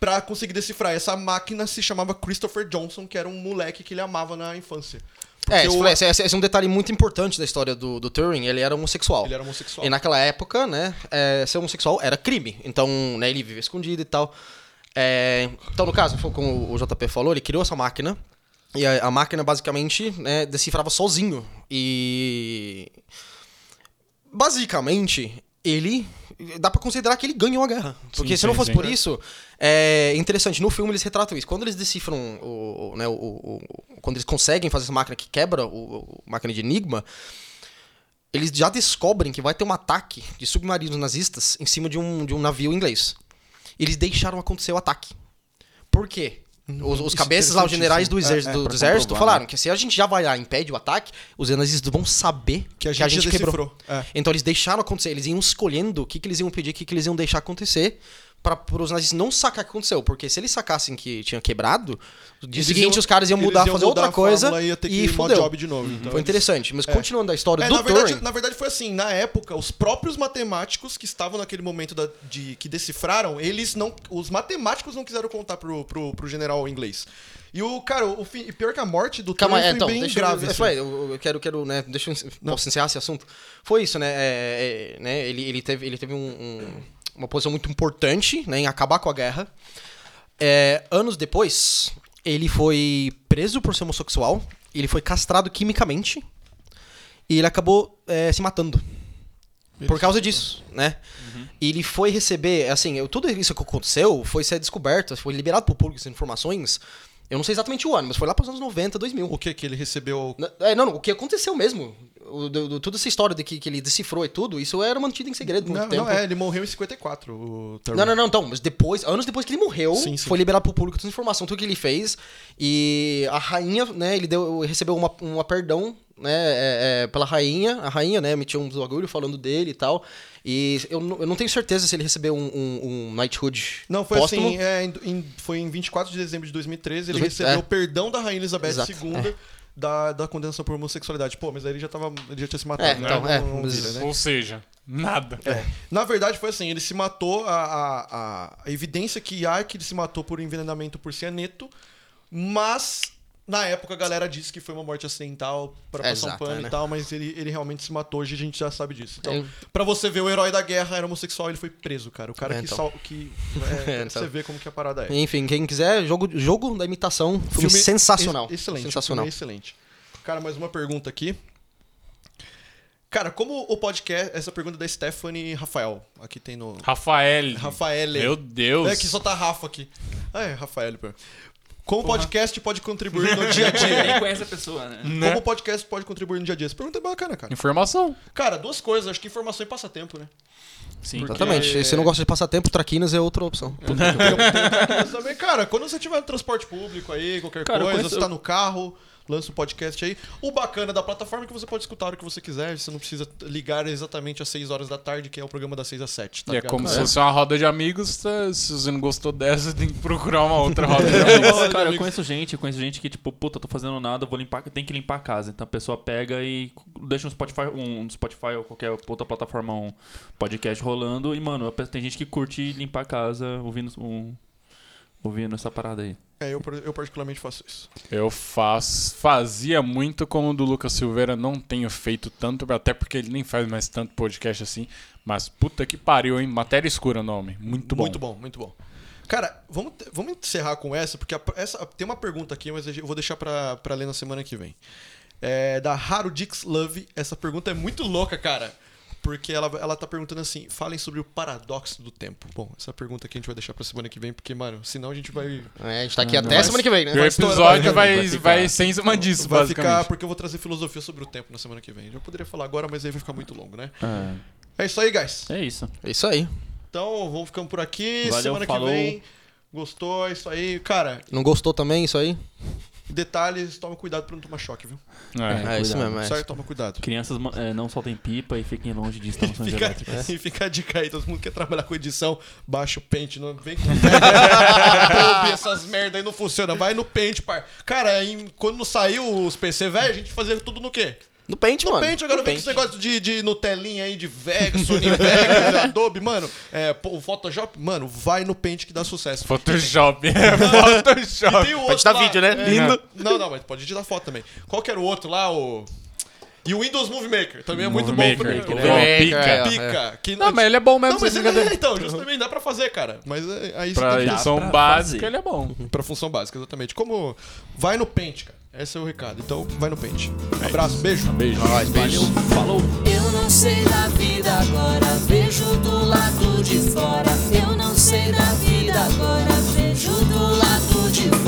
Speaker 1: pra conseguir decifrar. Essa máquina se chamava Christopher Johnson, que era um moleque que ele amava na infância. Porque
Speaker 2: É,
Speaker 1: o-
Speaker 2: isso foi- esse, esse- esse é um detalhe muito importante da história do, do Turing. Ele era homossexual.
Speaker 1: Ele era homossexual.
Speaker 2: E naquela época, né, é, ser homossexual era crime. Então, né, ele vivia escondido e tal. É, então, no caso, foi como o JP falou, ele criou essa máquina. E a, a máquina, basicamente, né, decifrava sozinho. E. Basicamente, ele. Dá pra considerar que ele ganhou a guerra. Porque se
Speaker 3: sim,
Speaker 2: não fosse
Speaker 3: sim.
Speaker 2: por isso, é interessante. No filme eles retratam isso. Quando eles decifram o. o- né, o- o- o- quando eles conseguem fazer essa máquina que quebra o, o- a máquina de Enigma, eles já descobrem que vai ter um ataque de submarinos nazistas em cima de um, de um navio inglês. Eles deixaram acontecer o ataque. Por quê? Os, os
Speaker 1: isso é
Speaker 2: cabeças lá, os generais do exército,
Speaker 5: É, é,
Speaker 2: do,
Speaker 5: pra
Speaker 2: do exército
Speaker 5: comprovar,
Speaker 2: falaram que se a gente já vai lá e impede o ataque, os nazistas vão saber
Speaker 1: Que a gente, já
Speaker 2: quebrou.
Speaker 1: decifrou. É.
Speaker 2: Então eles deixaram acontecer, eles iam escolhendo o que, que eles iam pedir, o que, que eles iam deixar acontecer para os nazistas não sacar o que aconteceu, porque se eles sacassem que tinha quebrado, no dia
Speaker 1: Eles
Speaker 2: seguinte
Speaker 1: iam-
Speaker 2: os caras iam
Speaker 1: eles
Speaker 2: mudar,
Speaker 1: iam
Speaker 2: fazer
Speaker 1: mudar
Speaker 2: outra
Speaker 1: a fórmula
Speaker 2: coisa
Speaker 1: e ia ter que
Speaker 2: e
Speaker 1: ir mod
Speaker 2: fudeu. Uhum.
Speaker 1: job de novo. Então
Speaker 2: Foi
Speaker 1: eles-
Speaker 2: interessante, mas continuando a história
Speaker 1: É,
Speaker 2: do
Speaker 1: na, verdade,
Speaker 2: Turing,
Speaker 1: na verdade foi assim, na época, os próprios matemáticos que estavam naquele momento da- de que decifraram, eles não. Os matemáticos não quiseram contar pro, pro, pro general inglês. E o, cara, o fim- e pior que a morte do
Speaker 2: Calma,
Speaker 1: Turing
Speaker 2: é,
Speaker 1: foi
Speaker 2: então,
Speaker 1: bem
Speaker 2: deixa
Speaker 1: grave.
Speaker 2: eu,
Speaker 1: assim.
Speaker 2: foi, eu, eu quero, quero, né, deixa eu, ens- posso encerrar esse assunto. Foi isso, né, é, é, né, ele, ele teve, ele teve um- um- uma posição muito importante, né, em acabar com a guerra. É, anos depois, ele foi preso por ser homossexual, ele foi castrado quimicamente e ele acabou é, se matando. Por causa disso, né?
Speaker 1: Uhum.
Speaker 2: Ele foi receber, assim, eu- tudo isso que aconteceu foi ser descoberto, foi liberado pro público essas informações. Eu não sei exatamente o ano, mas foi lá para os anos 90, 2000.
Speaker 1: O que que ele recebeu?
Speaker 2: Na- É, não, não, o que aconteceu mesmo. O, do, do- toda essa história de que, que ele decifrou e tudo, isso era mantido em segredo por
Speaker 1: Não,
Speaker 2: muito tempo.
Speaker 1: não, é, ele morreu em 54, o Turing.
Speaker 2: Não, não, não, então, mas depois, anos depois que ele morreu,
Speaker 1: Sim, sim.
Speaker 2: foi liberado pro público toda a informação, tudo que ele fez. E a rainha, né, ele deu, recebeu uma, uma perdão, né, é, é, pela rainha. A rainha, né, emitiu uns bagulho falando dele e tal. E eu, não- eu não tenho certeza se ele recebeu um, um, um knighthood
Speaker 1: Não, foi
Speaker 2: póstumo.
Speaker 1: assim, é, em- em- foi em 24 de dezembro de 2013, ele
Speaker 2: Dois-
Speaker 1: recebeu
Speaker 2: é.
Speaker 1: o perdão da Rainha Elizabeth
Speaker 2: Exato, é.
Speaker 1: II da, da condenação por homossexualidade. Pô, mas aí ele já, tava, ele já tinha se matado.
Speaker 2: É, então,
Speaker 1: Não-
Speaker 2: é,
Speaker 1: não- não
Speaker 2: mas-
Speaker 1: vira, né? É.
Speaker 3: Ou seja, nada.
Speaker 1: Na verdade, foi assim: ele se matou. A, a, a- a evidência que há é que ele se matou por envenenamento por cianeto, mas na época a galera disse que foi uma morte acidental pra
Speaker 2: É,
Speaker 1: passar um
Speaker 2: exato,
Speaker 1: pano
Speaker 2: é,
Speaker 1: e
Speaker 2: né?
Speaker 1: tal, mas ele, ele realmente se matou. Hoje a gente já sabe disso. Então,
Speaker 2: É.
Speaker 1: pra você ver, o herói da guerra era homossexual ele foi preso, cara. O cara
Speaker 2: É,
Speaker 1: que.
Speaker 2: então.
Speaker 1: sal- que é,
Speaker 2: <laughs> É,
Speaker 1: pra
Speaker 2: então.
Speaker 1: você ver como que a parada é.
Speaker 2: Enfim, quem quiser, jogo, jogo da imitação, filme, sensacional.
Speaker 1: ex- Excelente.
Speaker 2: Sensacional.
Speaker 1: filme excelente. Cara, mais uma pergunta aqui. Cara, como o podcast. Essa pergunta é da Stephanie Rafael. Aqui tem no.
Speaker 3: Rafael.
Speaker 1: Rafaele.
Speaker 3: Meu Deus.
Speaker 1: É que só tá Rafa aqui. Ah, é, Rafael. pera. Como o podcast pode contribuir no dia a dia?
Speaker 4: Nem conhece a pessoa, né?
Speaker 3: <laughs> Né?
Speaker 1: Como o podcast pode contribuir no dia a dia? Essa pergunta é bacana, cara.
Speaker 3: Informação.
Speaker 1: Cara, duas coisas. Acho que informação e passatempo,
Speaker 3: <laughs>
Speaker 1: né?
Speaker 4: Sim.
Speaker 2: Exatamente.
Speaker 1: Porque-
Speaker 2: Se você não gosta de passar tempo, Traquinas é outra opção. <laughs>
Speaker 1: Tem- tem- tem- tem- também, cara, quando você tiver no transporte público aí, qualquer
Speaker 4: Cara, eu
Speaker 1: coisa,
Speaker 4: conheço-
Speaker 1: você tá no carro, lança o podcast aí. O bacana da plataforma é que você pode escutar o que você quiser, você não precisa ligar exatamente às 6 horas da tarde, que é o programa das 6 às 7, tá
Speaker 3: E é
Speaker 1: ligado?
Speaker 3: como se fosse uma roda de amigos. tá? Se você não gostou dessa, <laughs> tem que procurar uma outra
Speaker 1: <laughs>
Speaker 3: roda de amigos.
Speaker 4: Cara, eu conheço gente, eu conheço gente que, tipo, puta, tô fazendo nada, vou limpar, tem que limpar a casa. Então a pessoa pega e deixa um Spotify, um Spotify ou qualquer outra plataforma, um podcast rolando. E, mano, a pe- tem gente que curte limpar a casa ouvindo um. Ouvindo essa parada aí.
Speaker 1: É, eu, eu particularmente faço isso.
Speaker 3: Eu faz, fazia muito como o do Lucas Silveira, não tenho feito tanto, até porque ele nem faz mais tanto podcast assim. Mas puta que pariu, hein? Matéria escura o nome. Muito bom.
Speaker 1: Muito bom, muito bom. Cara, vamos, te- vamos encerrar com essa, porque a- essa, tem uma pergunta aqui, mas eu vou deixar pra, pra ler na semana que vem. É, da Haru Dix Love. Essa pergunta é muito louca, cara. Porque ela, ela tá perguntando assim: falem sobre o paradoxo do tempo. Bom, essa pergunta aqui a gente vai deixar pra semana que vem, porque, mano, senão a gente vai.
Speaker 2: É, a gente tá aqui até semana que vem, né?
Speaker 3: E o episódio
Speaker 1: Vai
Speaker 3: vai, vai,
Speaker 4: ficar.
Speaker 3: ser em cima disso,
Speaker 1: vai
Speaker 3: basicamente.
Speaker 1: ficar. Porque eu vou trazer filosofia sobre o tempo na semana que vem. Eu poderia falar agora, mas aí vai ficar muito longo, né? É isso aí, guys.
Speaker 4: É isso.
Speaker 2: É isso aí.
Speaker 1: Então, vamos ficando por aqui.
Speaker 4: Valeu,
Speaker 1: semana
Speaker 4: falou.
Speaker 1: que vem. Gostou? É isso aí. Cara,
Speaker 2: Não gostou também isso aí?
Speaker 1: Detalhes, toma cuidado pra não tomar choque, viu?
Speaker 3: É.
Speaker 2: É, isso
Speaker 4: cuidado.
Speaker 2: mesmo, é.
Speaker 1: Certo? Toma cuidado.
Speaker 4: Crianças ma- eh, não soltem pipa e fiquem longe de instalações
Speaker 1: Fica,
Speaker 4: elétricas.
Speaker 2: né?
Speaker 1: e <laughs> fica a dica aí, todo mundo quer trabalhar com edição, baixa o pente, não vem com
Speaker 2: <laughs>
Speaker 1: Adobe, essas merda aí não funciona, vai no pente, par. Cara, em- quando saiu os PC velho, a gente fazia tudo no quê?
Speaker 2: No pente,
Speaker 1: No
Speaker 2: mano.
Speaker 1: pente, agora
Speaker 2: No
Speaker 1: vem com esse
Speaker 2: Paint.
Speaker 1: negócio de, de Nutelinha aí, de Vegas, Sony
Speaker 2: <laughs>
Speaker 1: Vegas, Adobe, mano, é, pô, o Photoshop, mano, vai no pente que dá sucesso.
Speaker 3: Photoshop. <laughs> É Photoshop.
Speaker 1: o É.
Speaker 2: Pode dar vídeo, né? Lindo.
Speaker 1: Não, não, mas pode editar foto também. Qual que era o outro lá, o... E o Windows Movie Maker, também é muito
Speaker 3: Movie
Speaker 1: bom. pra-
Speaker 3: Maker,
Speaker 1: o-
Speaker 3: que legal.
Speaker 2: É,
Speaker 3: Pica.
Speaker 2: cara, é.
Speaker 1: Pica. Que
Speaker 3: Não, mas ele é bom mesmo.
Speaker 1: Não, mas
Speaker 3: sem
Speaker 1: ele
Speaker 3: brincadeira.
Speaker 1: é, então, justamente dá pra fazer, cara. Mas é, aí você
Speaker 3: Pra
Speaker 1: tem que
Speaker 3: edição
Speaker 4: pra
Speaker 3: básica,
Speaker 4: fazer.
Speaker 3: ele é bom.
Speaker 1: pra função básica, exatamente. Como vai no pente, cara. Esse é o recado. Então, vai no pente. Abraço, beijo.
Speaker 3: Beijo.
Speaker 2: Beijo.
Speaker 4: Falou!
Speaker 5: Eu não sei da vida agora, vejo do lado de fora. Eu não sei da vida agora, vejo do lado de fora.